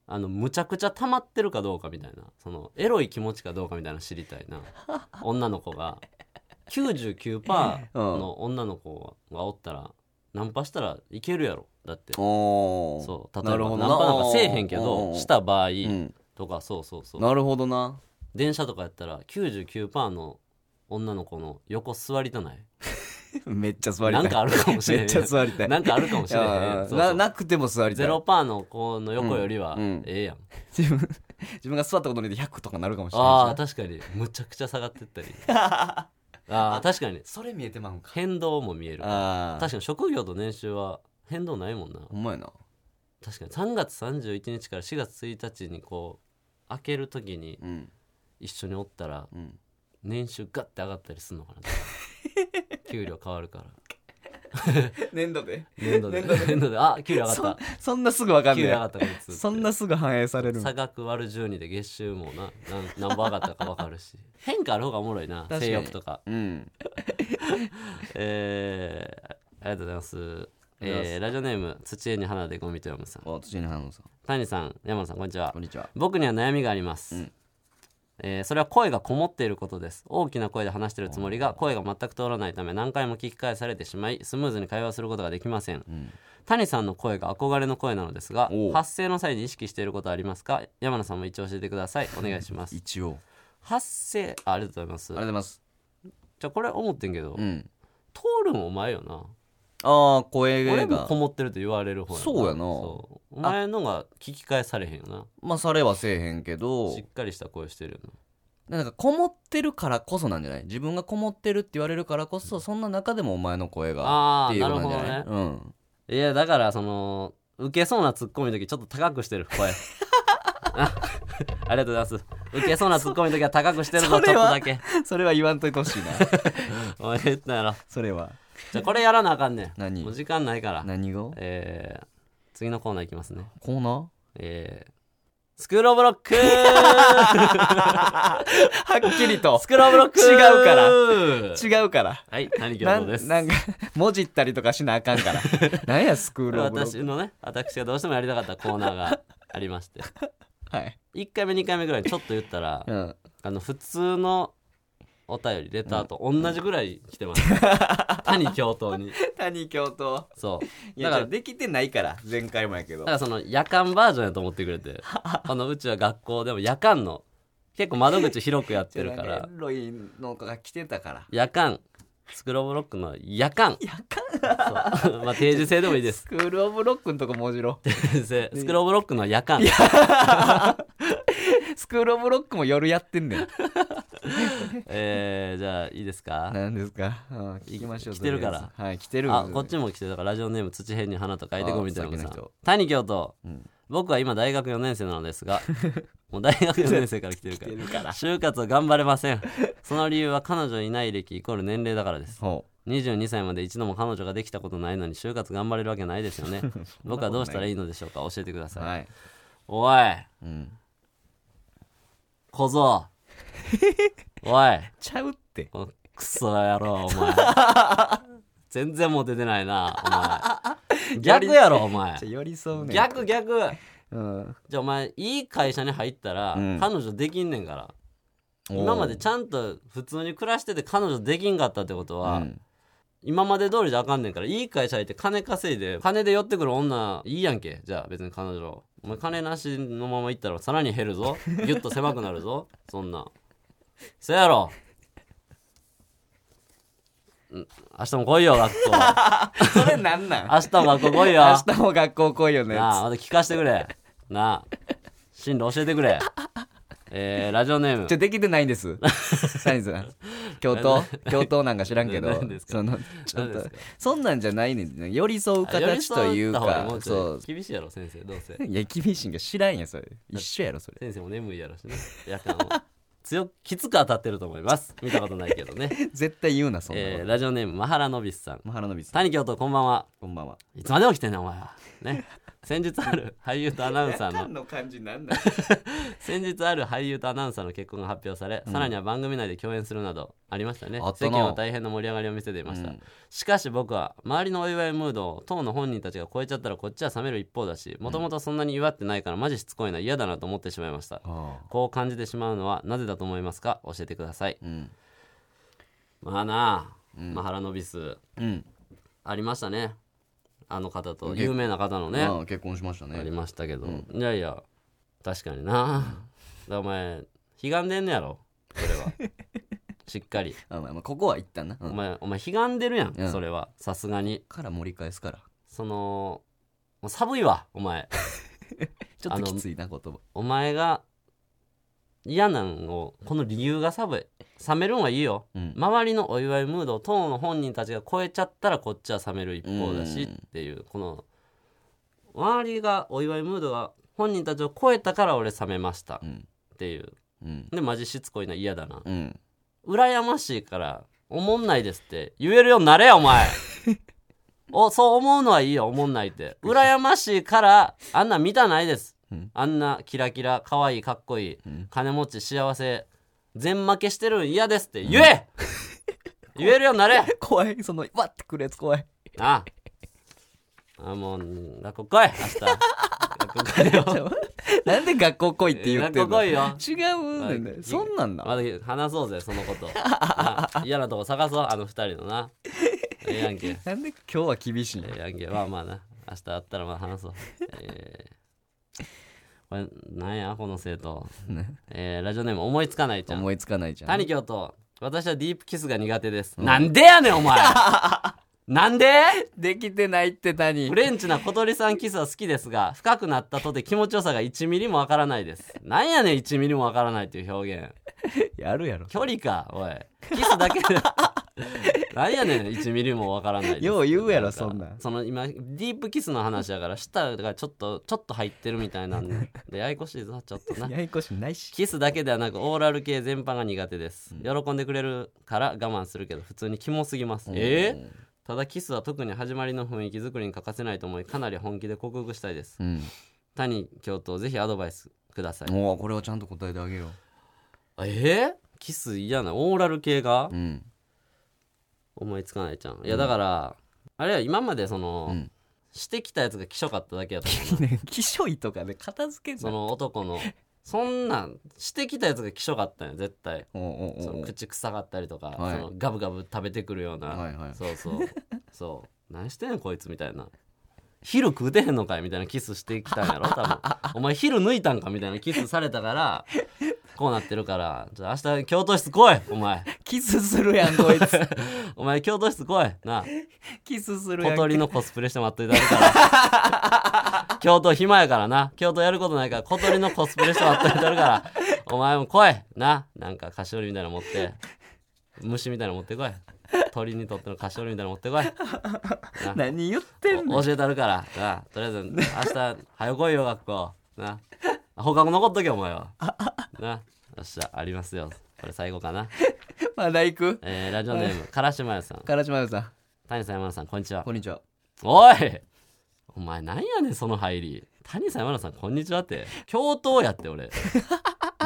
Speaker 2: あのむちゃくちゃ溜まってるかどうかみたいなそのエロい気持ちかどうかみたいなの知り たいな女の子が99%の女の子がおったらナンパしたらいけるやろだって
Speaker 3: おー
Speaker 2: そう例
Speaker 3: な
Speaker 2: えばナ
Speaker 3: るほ
Speaker 2: ン
Speaker 3: ど
Speaker 2: パ
Speaker 3: な
Speaker 2: なんかせえへんけ
Speaker 3: う
Speaker 2: ど
Speaker 3: ん
Speaker 2: した場合
Speaker 3: ん
Speaker 2: とかそうそうそう
Speaker 3: なるほどな
Speaker 2: 電車とかやったら99%の女の子の横座りたない
Speaker 3: めっちゃ座りた
Speaker 2: ないんかあるかもしれない
Speaker 3: めっちゃ座りたい
Speaker 2: なんかあるかもしれない
Speaker 3: うん
Speaker 2: そうそう
Speaker 3: ななくても座りたい
Speaker 2: ゼロパーの子の横よりは
Speaker 3: うんうん
Speaker 2: ええやん、
Speaker 3: 自分自分が座ったことによって100とかなるかもしれ
Speaker 2: あ
Speaker 3: な
Speaker 2: あ
Speaker 3: いしな
Speaker 2: 確かにむちゃくちゃ下がってったり ああ確かに
Speaker 3: それ見えてまうんか
Speaker 2: 変動も見える
Speaker 3: ああ
Speaker 2: 確かに職業と年収は変動ないもんな
Speaker 3: ほんまやな
Speaker 2: 確かに3月31日から4月1日にこう開けるときに
Speaker 3: うん
Speaker 2: 一緒におったら
Speaker 3: うん
Speaker 2: 年収ガッて上がったりすんの かな給料変わるから
Speaker 3: 年度で
Speaker 2: 年度で年度であ給料上がっ
Speaker 3: そんなすぐ分か
Speaker 2: た
Speaker 3: ん
Speaker 2: 給
Speaker 3: ね
Speaker 2: 料上が
Speaker 3: え
Speaker 2: ったこいつ
Speaker 3: そんなすぐ反映されるん
Speaker 2: 差額割る12で月収もなな何ぼ上がったか分かるし変化ある方がおもろいな
Speaker 3: かに
Speaker 2: 性欲とか
Speaker 3: うん
Speaker 2: えー、ありがとうございますえー、ラジオネーム土江に花でゴミと読むさん
Speaker 3: お土に花野さん
Speaker 2: 谷さん山野さんこんにちは
Speaker 3: こんにちは
Speaker 2: 僕には悩みがあります、
Speaker 3: うん
Speaker 2: えーそれは声がこもっていることです大きな声で話しているつもりが声が全く通らないため何回も聞き返されてしまいスムーズに会話をすることができません、
Speaker 3: ん
Speaker 2: 谷さんの声が憧れの声なのですが
Speaker 3: おう
Speaker 2: 発声の際に意識していることはありますか山野さんも一応教えてくださいお願いします
Speaker 3: 一応
Speaker 2: 発声あありがとうござい
Speaker 3: ありがとう
Speaker 2: ま
Speaker 3: ございま
Speaker 2: す
Speaker 3: す
Speaker 2: じゃあこれ思ってんけど、
Speaker 3: うん
Speaker 2: 通るんお前よな
Speaker 3: ああ声
Speaker 2: 俺も
Speaker 3: が
Speaker 2: こもってると言われる方
Speaker 3: そうやな
Speaker 2: そうお前のが聞き返されへんよな
Speaker 3: まあされはせえへんけど
Speaker 2: しっかりした声してるよな
Speaker 3: なんかこもってるからこそなんじゃない自分がこもってるって言われるからこそそんな中でもお前の声が
Speaker 2: あ
Speaker 3: っ
Speaker 2: ー
Speaker 3: ていうことなんじゃない
Speaker 2: なるほ
Speaker 3: うん
Speaker 2: いやだからその受けそうなツッコミの時ちょっと高くして る声あありがとうございます受けそうなツッコミの時は高くしてる
Speaker 3: そ
Speaker 2: ぞ
Speaker 3: れ
Speaker 2: ちょっと
Speaker 3: は
Speaker 2: だけ
Speaker 3: それは言わんといてほしい な
Speaker 2: お前言ったやろ
Speaker 3: それは
Speaker 2: じゃあこれやらなあかんねん
Speaker 3: 何
Speaker 2: もう時間ないから
Speaker 3: 何が
Speaker 2: えー、次のコーナーいきますね
Speaker 3: コーナー
Speaker 2: えー、スクローブロッ クス
Speaker 3: はっきりと
Speaker 2: クローブロック
Speaker 3: 違うから
Speaker 2: ら
Speaker 3: 違うから
Speaker 2: はい谷
Speaker 3: な
Speaker 2: 京子
Speaker 3: ん
Speaker 2: です
Speaker 3: なんかもじったりとかしなあかんから なんやスクールオブロッ
Speaker 2: 私
Speaker 3: ク
Speaker 2: のね私がどうしてもやりたかったコーナーがありまして
Speaker 3: はい、
Speaker 2: 1回目2回目ぐらいにちょっと言ったら
Speaker 3: うん、
Speaker 2: あの普通のお便りレターと同じぐらい来てます、谷教頭に
Speaker 3: 谷教頭
Speaker 2: そう
Speaker 3: い
Speaker 2: だ
Speaker 3: や
Speaker 2: か
Speaker 3: だからら
Speaker 2: だ
Speaker 3: できてないから前回もやけど
Speaker 2: からその夜間バージョンやと思ってくれてこのうちは学校でも夜間の結構窓口広くやってるか
Speaker 3: なん
Speaker 2: ら
Speaker 3: エロいのが来てたから
Speaker 2: 夜間スクローブロックの夜間夜間そうまあ定時制でもい いです
Speaker 3: スクールオブロックのとこもじ ろう
Speaker 2: 定時制スクローブロックの夜間
Speaker 3: スクールオブロックも夜やってんねん
Speaker 2: えー、じゃあいいですか
Speaker 3: 何ですかうん聞きましょう
Speaker 2: 来てるから
Speaker 3: とりあえずはい来てる
Speaker 2: あこっちも来てたからラジオネーム土辺に花と書いて
Speaker 3: あ
Speaker 2: ごみたいな
Speaker 3: さ
Speaker 2: さ
Speaker 3: っきの
Speaker 2: ん
Speaker 3: 人
Speaker 2: 谷京都、
Speaker 3: ん
Speaker 2: 僕は今大学4年生なので すがもう大学4年生から来てるから
Speaker 3: 来てるから
Speaker 2: 就活を頑張れませんその理由は彼女いない歴イコール年齢だからです
Speaker 3: ほ
Speaker 2: 22歳まで一度も彼女ができたことないのに就活頑張れるわけないです よね僕はどうしたらいいのでしょうか教えてくだ
Speaker 3: う
Speaker 2: さい、
Speaker 3: はい
Speaker 2: おい
Speaker 3: うん
Speaker 2: 小 僧おい
Speaker 3: ちゃうって
Speaker 2: このクソ野郎お 前全然モテてないな お前逆やろお前
Speaker 3: じゃあ寄り添うねん
Speaker 2: 逆逆
Speaker 3: うん
Speaker 2: じゃあお前いい会社に入ったら、
Speaker 3: うん
Speaker 2: 彼女できんねんから今までちゃんと普通に暮らしてて彼女できんかったってこと
Speaker 3: おー
Speaker 2: は、
Speaker 3: うん
Speaker 2: 今まで通りじゃあかんねんからいい会社入って金稼いで金で寄ってくる女いいやんけじゃあ別に彼女お前金なしのまま行ったらさらに減るぞギュッと狭くなるぞそんなんそやろん明日も来いよ学校
Speaker 3: それなんなん
Speaker 2: 明日も学校来いよ
Speaker 3: 明日も学校来いよね
Speaker 2: なあまた聞かせてくれなあ進路教えてくれえー、ラジオネーム
Speaker 3: ちょできてないんです 何それ教頭教頭なんか知らんけど
Speaker 2: 何ですか
Speaker 3: そのちょっ
Speaker 2: 何で
Speaker 3: と
Speaker 2: すか
Speaker 3: そんなんじゃないねん寄り添う形という
Speaker 2: 寄り添った方が
Speaker 3: か
Speaker 2: もうちょい
Speaker 3: そう
Speaker 2: 厳しいやろ先生どうせ
Speaker 3: いや厳しいんか知らんやそれ一緒やろそれ
Speaker 2: 先生も眠いやろしね夜間は強くきつく当たってると思います見たことないけ どね、
Speaker 3: 絶対言うなそんなこ
Speaker 2: えー
Speaker 3: と
Speaker 2: ラジオネームマハラノビスさん
Speaker 3: マハラノビさん
Speaker 2: 谷京都こんばんは
Speaker 3: こんばんはい
Speaker 2: つまでも来てんねんお前はね先日ある俳優とアナウンサーの
Speaker 3: の感じなん だ
Speaker 2: 先日ある俳優とアナウンサーの結婚が発表され、さらには番組内で共演するなどありましたね
Speaker 3: あった
Speaker 2: 世
Speaker 3: な
Speaker 2: 間は大変な盛り上がりを見せていました、
Speaker 3: うん
Speaker 2: しかし僕は周りのお祝いムードを当の本人たちが超えちゃったらこっちは冷める一方だしもともとそんなに祝ってないからマジしつこいな嫌だなと思ってしまいました、
Speaker 3: あ
Speaker 2: こう感じてしまうのはなぜだと思いますか教えてください
Speaker 3: ーうん
Speaker 2: まあなあ、マハラノビス
Speaker 3: うん
Speaker 2: ありましたねあの方と有名な方のね
Speaker 3: まあ結婚しました
Speaker 2: あ
Speaker 3: ね
Speaker 2: りましたけど、いやいや 確かになだからお前ひがんでんねやろそれはしっかり
Speaker 3: あまあまあここは一旦な、う
Speaker 2: お
Speaker 3: ん、
Speaker 2: 前お前ひがんでるやん、
Speaker 3: うん
Speaker 2: それはさすがに
Speaker 3: から盛り返すから
Speaker 2: そのもう寒いわお前
Speaker 3: ちょっときついな言葉
Speaker 2: お前が嫌なんをこの理由が寒い冷めるんはいいよ、
Speaker 3: うん
Speaker 2: 周りのお祝いムードを当の本人たちが超えちゃったらこっちは冷める一方だし
Speaker 3: うん
Speaker 2: っていうこの周りがお祝いムードが本人たちを超えたから俺冷めました
Speaker 3: うん
Speaker 2: っていう
Speaker 3: うん
Speaker 2: でマジしつこいな嫌だな
Speaker 3: うん
Speaker 2: 羨ましいから思んないですって言えるようになれよお前おそう思うのはいいよ思んないって羨ましいからあんな見たないで
Speaker 3: う
Speaker 2: す、
Speaker 3: ん
Speaker 2: あんなキラキラ可愛いかっこいい、
Speaker 3: うん
Speaker 2: 金持ち幸せ全負けしてるん嫌ですって言え、 言えるようになれ
Speaker 3: 怖いそのわってくるやつ怖い
Speaker 2: あああもううん学校来 い明日 学校来いよ
Speaker 3: なんで学校来いって言ってん
Speaker 2: 学
Speaker 3: の
Speaker 2: 校来
Speaker 3: 違
Speaker 2: いうよ
Speaker 3: ねんねそんなん
Speaker 2: ま
Speaker 3: な
Speaker 2: だ話そうぜそ のことな嫌なとこ探そうあの二人のなええやんけ
Speaker 3: なんで今日は厳しいん
Speaker 2: え
Speaker 3: や
Speaker 2: えやんけまあまあな明日会ったらまあ話そうえー、これなんやこの生徒
Speaker 3: ね
Speaker 2: えー、ラジオネーム思いつかないちゃん
Speaker 3: 思いつかないじゃん
Speaker 2: 兄貴と私はディープキスが苦手です、なんでやねんお前なんで
Speaker 3: できてないって何
Speaker 2: フレンチな小鳥さんキスは好きですが深くなったとて気持ちよさが1ミリもわからないですなんやねん1ミリもわからないっていう表現
Speaker 3: やるやろ
Speaker 2: 距離かおいキスだけ でなんやねん1ミリもわからないです
Speaker 3: よう言うやろ
Speaker 2: なか
Speaker 3: そんなん
Speaker 2: その今ディープキスの話やから舌がちょっとちょっと入ってるみたいなんででややこしいぞちょっとな
Speaker 3: ややこしいないし
Speaker 2: キスだけではなくオーラル系全般が苦手です、喜んでくれるから我慢するけど普通にキモすぎますえーただキスは特に始まりの雰囲気作りに欠かせないと思いかなり本気で克服したいです
Speaker 3: うん
Speaker 2: 谷教頭ぜひアドバイスください
Speaker 3: もうこれはちゃんと答えてあげよ
Speaker 2: えー、キス嫌なオーラル系が
Speaker 3: ううん
Speaker 2: 思いつかないじゃんいやだから、あれは今までその、
Speaker 3: うん
Speaker 2: してきたやつがきしょかっただけ やったもんな
Speaker 3: きしょいとかで片付けん
Speaker 2: そ
Speaker 3: な
Speaker 2: の男のそんなんしてきたやつがきしょかったんや絶対
Speaker 3: おうおうおう
Speaker 2: その口臭かったりとか、
Speaker 3: はい
Speaker 2: そのガブガブ食べてくるような、
Speaker 3: はいはい
Speaker 2: そうそう そう何してんのこいつみたいな昼食うてへんのかいみたいなキスしてきたんやろ多 分お前昼抜いたんかみたいなキスされたからこうなってるからじゃあ明日教頭室来い お前
Speaker 3: キスするやんこいつ
Speaker 2: お前教頭室来いなあ
Speaker 3: キスするや
Speaker 2: 小
Speaker 3: ん
Speaker 2: 鳥のコスプレして待っといてあげる から。京都暇やからな。京都やることないから小鳥のコスプレして待っといてあるから。お前も来い。な。なんか菓子折りみたいなの持って。虫みたいなの持ってこい。鳥にとっての菓子折りみたいなの持ってこい。
Speaker 3: 何言ってんの
Speaker 2: お教えてあるから。なあとりあえず、明日、早来いよ、学校。な。放課後残っとけ、お前は。な。よっしゃ、ありますよ。これ最後かな。
Speaker 3: まだ行く
Speaker 2: えー、ラジオネーム、からしまやさん。
Speaker 3: 唐島由さん
Speaker 2: 谷さん、山田さん、こんにちは
Speaker 3: こ。んにちは
Speaker 2: おいお前なんやねんその入り谷さん山田さんこんにちはって教頭やって 俺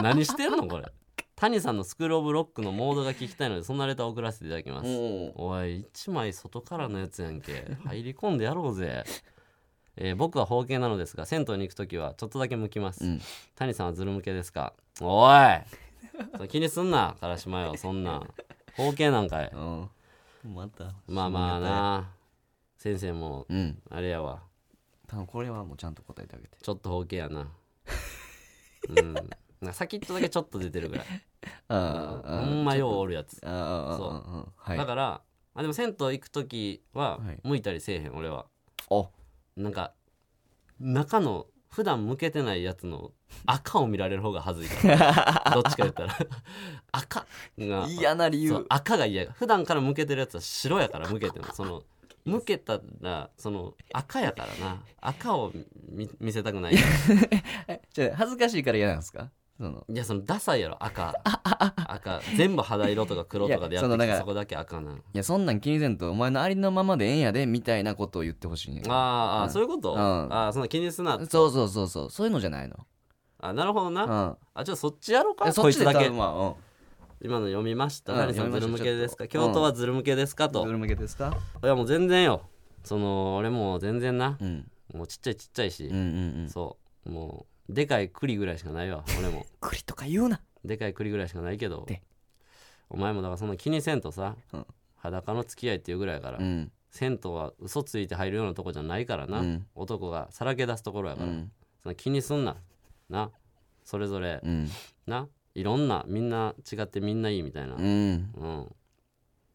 Speaker 2: 何してんのこれ谷さんのスクール・オブ・ロックのモードが聞きたいのでそんなレターを送らせていただきます、
Speaker 3: お
Speaker 2: おい一枚外からのやつやんけ入り込んでやろうぜ、えー僕は包茎なのですが銭湯に行く時はちょっとだけ向きます、
Speaker 3: うん
Speaker 2: 谷さんはズル向けですかおいそれ気にすんなからしまよそんなん包茎なんかい
Speaker 3: うんまた
Speaker 2: まあまあな先生も
Speaker 3: うん
Speaker 2: あれやわ
Speaker 3: 多分これはもうちゃんと答えてあげて
Speaker 2: ちょっと方形 やな。うん。なんか先っちょだけちょっと出てるぐらい。
Speaker 3: あ
Speaker 2: ほんまようおるやつ。
Speaker 3: あああ
Speaker 2: そう
Speaker 3: あはい
Speaker 2: だから、あでも銭湯行く時は
Speaker 3: はい
Speaker 2: 向いたりせえへん、俺は。
Speaker 3: お
Speaker 2: なんか、中の普段向けてないやつの赤を見られる方が恥ずい から。どっちか言ったら。赤が。
Speaker 3: 嫌な理
Speaker 2: そう
Speaker 3: 由
Speaker 2: 赤が嫌や普段から向けてるやつは白やから向けてもその向けたらその赤やからな赤を見見せたくない
Speaker 3: じゃあ恥ずかしいから嫌なんですかその
Speaker 2: いやそのダサいやろ赤赤全部肌色とか黒とかでやって
Speaker 3: いやその
Speaker 2: き
Speaker 3: なん
Speaker 2: て
Speaker 3: か
Speaker 2: そこだけ赤なの
Speaker 3: いやそんなん気にせんとお前のありのままでええんやでみたいなことを言ってほしいねんけど
Speaker 2: あーあー、
Speaker 3: ん
Speaker 2: そういうこと、
Speaker 3: うん
Speaker 2: ああそんな気にすな
Speaker 3: そうそうそうそうそういうのじゃないの
Speaker 2: あなるほどな、
Speaker 3: うん
Speaker 2: あちょっとそっちやろう
Speaker 3: い
Speaker 2: か
Speaker 3: や
Speaker 2: こ
Speaker 3: そっ
Speaker 2: い
Speaker 3: ち
Speaker 2: つ
Speaker 3: で
Speaker 2: だ
Speaker 3: 多
Speaker 2: け
Speaker 3: 分まあうん
Speaker 2: 今の読みました
Speaker 3: うん
Speaker 2: 何さん
Speaker 3: 読
Speaker 2: ズル
Speaker 3: みまし
Speaker 2: 向
Speaker 3: た
Speaker 2: けですか
Speaker 3: ちょっと
Speaker 2: 京都はズル向けですかと、
Speaker 3: ど
Speaker 2: い
Speaker 3: れ向けですか
Speaker 2: やもう全然よその俺もう全然な
Speaker 3: う、ん
Speaker 2: もうちっちゃいちっちゃいし、
Speaker 3: うんうん
Speaker 2: そうもうでかい栗ぐらいしかないわ 俺も
Speaker 3: 栗とか言うな
Speaker 2: でかい栗ぐらいしかないけど
Speaker 3: で
Speaker 2: お前もだからそんな気にせんとさ、
Speaker 3: うん
Speaker 2: 裸の付き合いっていうぐらいやから、
Speaker 3: うん
Speaker 2: 銭湯は嘘ついて入るようなとこじゃないからな、
Speaker 3: うん
Speaker 2: 男がさらけ出すところや
Speaker 3: う
Speaker 2: から、
Speaker 3: ん
Speaker 2: その気にすんななそれぞれ、
Speaker 3: うん
Speaker 2: ないろんなみんな違ってみんないいみたいな、う
Speaker 3: うんん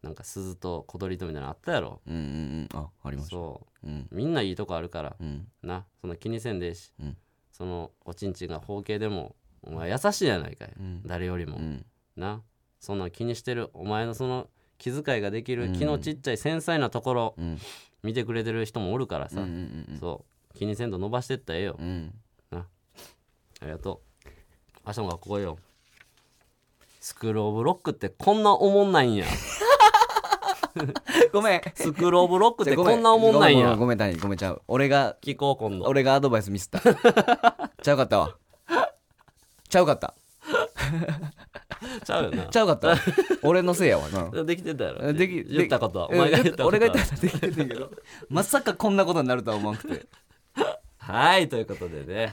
Speaker 2: なんか鈴と小鳥とみたいなのあったやろ
Speaker 3: うんうんうんあありました
Speaker 2: そ
Speaker 3: うん
Speaker 2: うみんないいとこあるから
Speaker 3: うん
Speaker 2: なそんな気にせんでええし、
Speaker 3: うん
Speaker 2: そのおちんちんが包茎でもお前優しいやないかい、
Speaker 3: うん
Speaker 2: 誰よりも、
Speaker 3: うん
Speaker 2: なそんなん気にしてるお前のその気遣いができ
Speaker 3: う
Speaker 2: る
Speaker 3: ん
Speaker 2: 気のちっちゃい繊細なところ
Speaker 3: うん
Speaker 2: 見てくれてる人もおるから
Speaker 3: うんう
Speaker 2: さ、
Speaker 3: ん
Speaker 2: そう気にせんと伸ばしてったらええよ、
Speaker 3: うんうん
Speaker 2: ありがとう明日も学校来いよスクール・オブ・ロックってこんなおもんないんや
Speaker 3: ごめん
Speaker 2: スクール・オブ・ロック っ
Speaker 3: じゃ
Speaker 2: て
Speaker 3: あごめ
Speaker 2: こんなおもんないん
Speaker 3: ごめごめ
Speaker 2: や
Speaker 3: んごめん谷ごめんちゃう俺が
Speaker 2: 聞こう今度
Speaker 3: 俺がアドバイスミスったちゃうかったわちゃうかった
Speaker 2: ちゃうよな
Speaker 3: ちゃうかったわ俺のせいやわな
Speaker 2: できてたやろ
Speaker 3: できで
Speaker 2: 言ったことはお前が言ったことは
Speaker 3: 俺が言ったことはできてんねんけどまさかこんなことになるとは思わなくて
Speaker 2: はいということでね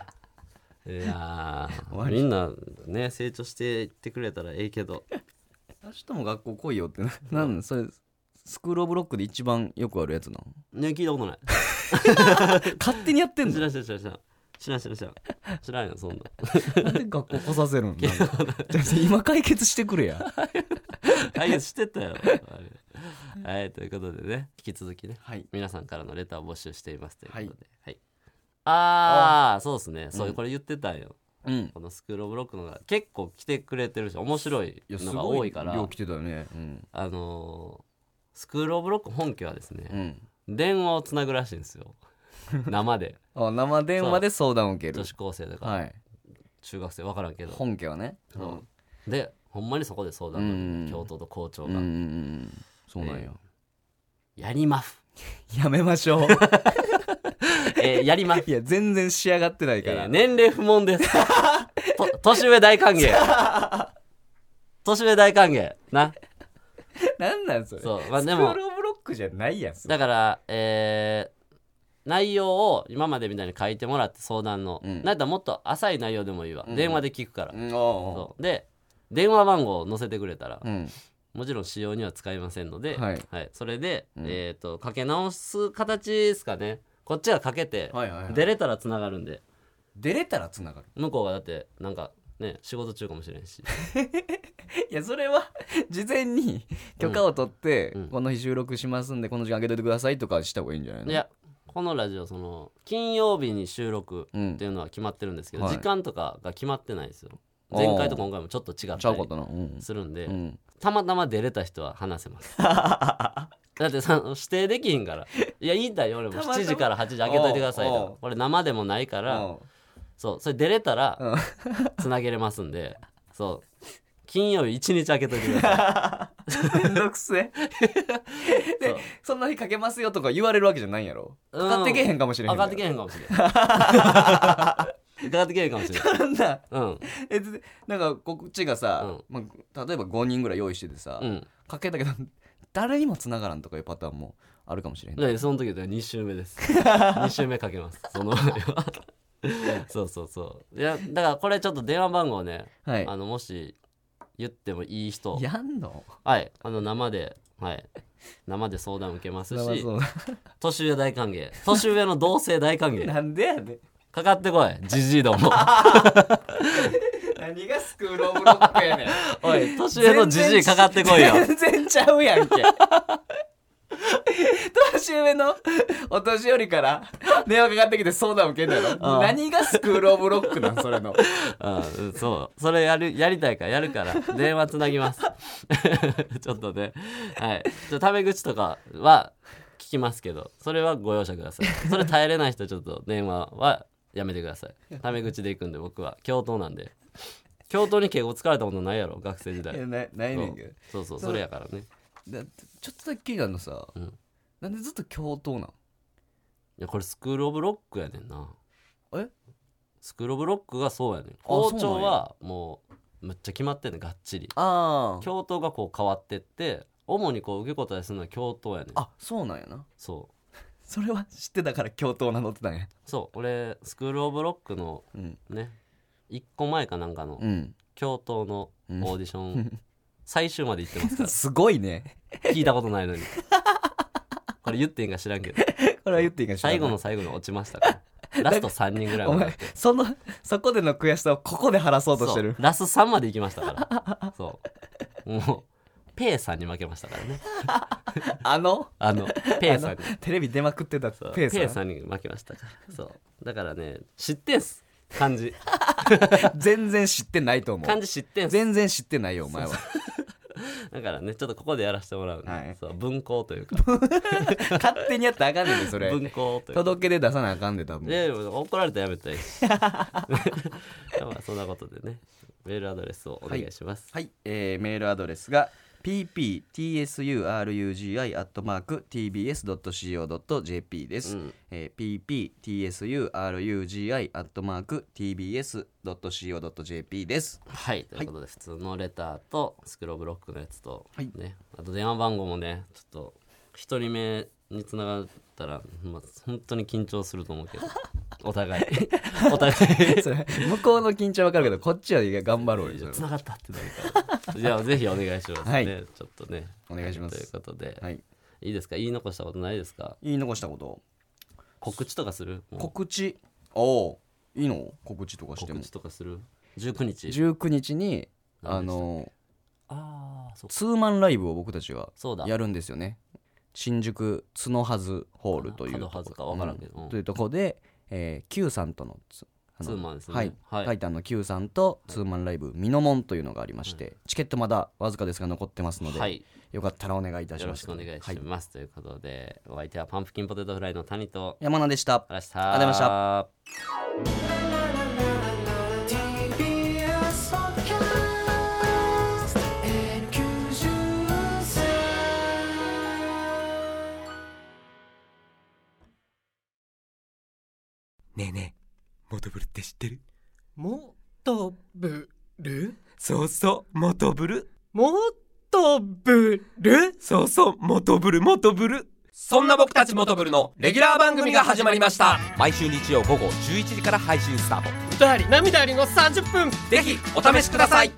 Speaker 2: いや
Speaker 3: 終
Speaker 2: ー
Speaker 3: わり
Speaker 2: みんなね成長していってくれたらええけど
Speaker 3: 明日も学校来いよってななんなんそれスクールオブロックで一番よくあるやつなの
Speaker 2: ね聞いたことない
Speaker 3: 勝手にやってん
Speaker 2: 知
Speaker 3: の
Speaker 2: らん知らん知らん知らん知らん知らん知らん知らんよそんな
Speaker 3: なんで学校来させるのなんかじゃあ 今解決してくれや
Speaker 2: 解決してたよあれはいということでね引き続きね
Speaker 3: はい
Speaker 2: 皆さんからのレターを募集していますということで、
Speaker 3: は
Speaker 2: はいああそうですねそう、これ言ってたんよ
Speaker 3: うんい
Speaker 2: このスクール・オブ・ロックのが結構来てくれてるし面白い
Speaker 3: やす
Speaker 2: のが
Speaker 3: ご
Speaker 2: 多
Speaker 3: い
Speaker 2: いから
Speaker 3: 量来てたよねうん
Speaker 2: あのースクール・オブ・ロック本家はです
Speaker 3: う
Speaker 2: ね、
Speaker 3: ん
Speaker 2: 電話をつなぐらしいんですよ生で
Speaker 3: あ生電話で相談を受け
Speaker 2: 女
Speaker 3: る
Speaker 2: 子高生とか、
Speaker 3: はい
Speaker 2: 中学生分からんけど、
Speaker 3: 本家はね
Speaker 2: うんでほんまにそこで相談
Speaker 3: うん
Speaker 2: 教頭と校長
Speaker 3: うんうん
Speaker 2: が
Speaker 3: うんうんそうなんや、
Speaker 2: 「やりまふ」
Speaker 3: やめまし ょう
Speaker 2: えーやりまふ
Speaker 3: いや全然仕上がってないから、
Speaker 2: えー年齢不 問です。と年上大歓迎。年上大歓迎。な。
Speaker 3: なんなんそれ
Speaker 2: そう。まあで
Speaker 3: スク
Speaker 2: も
Speaker 3: ー、ルオブロックじゃないやんそれ
Speaker 2: だから、えー内容を今までみたいに書いてもらって相談の。
Speaker 3: うん
Speaker 2: なんだもっと浅い内容でもいいわ。
Speaker 3: うん
Speaker 2: 電話で聞くから。
Speaker 3: うんあ
Speaker 2: そうで、電話番号を載せてくれたら
Speaker 3: あ、うん
Speaker 2: もちろん使用には使いませんので、
Speaker 3: はい
Speaker 2: それで、
Speaker 3: うん
Speaker 2: えっ、と、かけ直す形ですかね。こっちがかけて、
Speaker 3: はいはいはい
Speaker 2: 出れたらつながるんで。
Speaker 3: 出れたらつながる
Speaker 2: 向こうがだってなんかね仕事中かもしれんし
Speaker 3: いやそれは事前に許可を取って、
Speaker 2: うん
Speaker 3: この日収録しますんでこの時間あげといてくださいとかした方がいいんじゃないの
Speaker 2: いやこのラジオその金曜日に収録
Speaker 3: う
Speaker 2: っ
Speaker 3: ん
Speaker 2: て
Speaker 3: ち
Speaker 2: いうのは決まってるんですけど、
Speaker 3: はい
Speaker 2: 時間とかが決まってないんですよ
Speaker 3: あー
Speaker 2: 前回と今回もちょっと違っ
Speaker 3: ゃ
Speaker 2: た
Speaker 3: うかっ
Speaker 2: り
Speaker 3: たなうん
Speaker 2: するんで、
Speaker 3: うん
Speaker 2: たまたま出れた人は話せま すだってさ指定できひんからいやいいんだよ俺も
Speaker 3: たまたま
Speaker 2: 7時から8時開けといてください
Speaker 3: おう
Speaker 2: と
Speaker 3: おう
Speaker 2: これ生でもないからそうそれ出れたら
Speaker 3: うん
Speaker 2: つなげれますんでそう金曜日1日開けといてくださ
Speaker 3: めんどく せえ
Speaker 2: いそ
Speaker 3: で
Speaker 2: う
Speaker 3: そんな日かけますよとか言われるわけじゃないんやろ
Speaker 2: う ん
Speaker 3: かかってけへんかもしれへん
Speaker 2: 上がってけへんか もしれん上がってけへんかもしれん
Speaker 3: けんな
Speaker 2: うん
Speaker 3: えでなんかこっちがさ、まあ、例えば5人ぐらい用意しててさ、
Speaker 2: うん
Speaker 3: かけたけど誰にも繋がらんとかいうパターンもあるかもしれへん
Speaker 2: でその時で2週目 です2週目かけますそのそうそうそういやだからこれちょっと電話番号ね、
Speaker 3: はい
Speaker 2: あのもし言ってもいい人
Speaker 3: やんの
Speaker 2: はいあの生ではい生で相談受けますし
Speaker 3: そう
Speaker 2: 年上大歓迎年上の同性大歓迎
Speaker 3: なんでやねん
Speaker 2: かかってこいじじいども
Speaker 3: 何がスクールオブロック やねん
Speaker 2: おい年上のじじいかかってこいよ
Speaker 3: 全然ちゃうやん け年上のお年寄りから電話かかってきて相談受けんだよ
Speaker 2: ああ
Speaker 3: 何がスクールオブロックなんそれの
Speaker 2: うん、そう。それやる、やりたいから、やるから、電話つなぎます。 ちょっとね。はい。ちょタメ口とかは聞きますけど、それはご容赦ください。それ耐えれない人、ちょっと電話はやめてください。タメ口で行くんで、僕は。教頭なんで。教頭に敬語使われたことないやろ、学生時代。
Speaker 3: なないねんけど
Speaker 2: そうそうそう、それやからね。
Speaker 3: だってちょっとだけ気になるのさ、
Speaker 2: うん
Speaker 3: なんでずっと教頭なん
Speaker 2: いや、これスクールオブロックやねんな。
Speaker 3: え
Speaker 2: スクールオブロックがそうやねん。
Speaker 3: そう
Speaker 2: 校
Speaker 3: なんや
Speaker 2: 長はもう、むっちゃ決まってんねん、がっちり。
Speaker 3: ああ
Speaker 2: 教頭がこう変わってって主にこう受け答えするのは教頭やねん
Speaker 3: あそうなんやな
Speaker 2: そう
Speaker 3: それは知ってたから教頭名乗ってたんや
Speaker 2: そう俺スクール・オブ・ロックの
Speaker 3: うん
Speaker 2: ね1個前かなんかの
Speaker 3: うん
Speaker 2: 教頭のオーディション、最終まで行って ますか
Speaker 3: すごいね
Speaker 2: ら聞いたことないのにこれ言っていいんか知らんけど
Speaker 3: これは言っていいかしら
Speaker 2: 最後の最後に落ちましたからラスト3人ぐらい
Speaker 3: お
Speaker 2: まで
Speaker 3: 前そのそこでの悔しさをここで晴らそうとしてる
Speaker 2: そうラス3まで行きましたからそうもうペイさんに負けましたからね
Speaker 3: あの
Speaker 2: あのペイさんに
Speaker 3: テレビ出まくってた
Speaker 2: そう
Speaker 3: ペース
Speaker 2: ペイさんに負けましたからそうだからね知ってんす 漢字
Speaker 3: 全然知ってないと思
Speaker 2: 漢
Speaker 3: う
Speaker 2: 字知ってんす
Speaker 3: 全然知ってないよお前は
Speaker 2: だからねちょっとここでやらせてもらうんで、
Speaker 3: はい
Speaker 2: そう文庫というか
Speaker 3: 勝手にやったらあかんねんでそれ
Speaker 2: 文庫というか
Speaker 3: 届け出出さなあかんで多分
Speaker 2: で怒られたらや めたいしまあそんなことでねメールアドレスをお願いします、
Speaker 3: はい、えーメールアドレスが pptsurugi.tbs.co.jp です、
Speaker 2: うん
Speaker 3: えー pptsurugi.tbs.co.jp です
Speaker 2: はいということで、普通のレターとスクローブロックのやつと、
Speaker 3: はい
Speaker 2: ね、あと電話番号もねちょっと一人目につながったら、まあ、本当に緊張すると思うけど お互いお互い
Speaker 3: それ向こうの緊張わかるけどこっちは頑張ろうよ
Speaker 2: つながったってなるから じゃあぜひお願いしますね、
Speaker 3: はい
Speaker 2: ちょっとね
Speaker 3: お願いします
Speaker 2: ということで、、
Speaker 3: はいい
Speaker 2: いですか言い残したことないですか
Speaker 3: 言い残したこと
Speaker 2: 告知とかするもう
Speaker 3: 告知おーいいの告知とかして
Speaker 2: 告
Speaker 3: も
Speaker 2: 知とかする19日
Speaker 3: 19日にあ
Speaker 2: 何でしたっけ
Speaker 3: の
Speaker 2: ああそう
Speaker 3: ツーマンライブを僕たちが
Speaker 2: そうだ
Speaker 3: やるんですよね新宿角はずホールという
Speaker 2: 角はずかわからんけど
Speaker 3: う
Speaker 2: うん
Speaker 3: というとこで、えー、Q さんとのつあの
Speaker 2: ツーマンですね
Speaker 3: はい、
Speaker 2: はい
Speaker 3: タイタンの Q さんとツーマンライブ「ミノモン」というのがありまして、チケットまだわずかですが残ってますので、
Speaker 2: はい
Speaker 3: よかったらお願いいたし
Speaker 2: よろ
Speaker 3: ま
Speaker 2: し
Speaker 3: す
Speaker 2: くお願いします、
Speaker 3: はい、
Speaker 2: ということでお相手はパンプキンポテトフライの谷と
Speaker 3: 山名でした
Speaker 2: ありがとうござ
Speaker 3: あ
Speaker 2: い
Speaker 3: りが
Speaker 2: ま
Speaker 3: とうご
Speaker 2: し
Speaker 3: ざい
Speaker 2: た
Speaker 1: TBS Podcast N93
Speaker 4: ねえねえ、モトブルって知ってる
Speaker 5: もとぶる
Speaker 4: そうそう、モトブル。
Speaker 5: もとぶる
Speaker 4: そうそう、モトブル、モトブル。そんな僕たちモトブルのレギュラー番組が始まりました。毎週日曜午後11時から配信スタート。
Speaker 5: 歌あり涙ありの30分
Speaker 4: ぜひ、お試しください。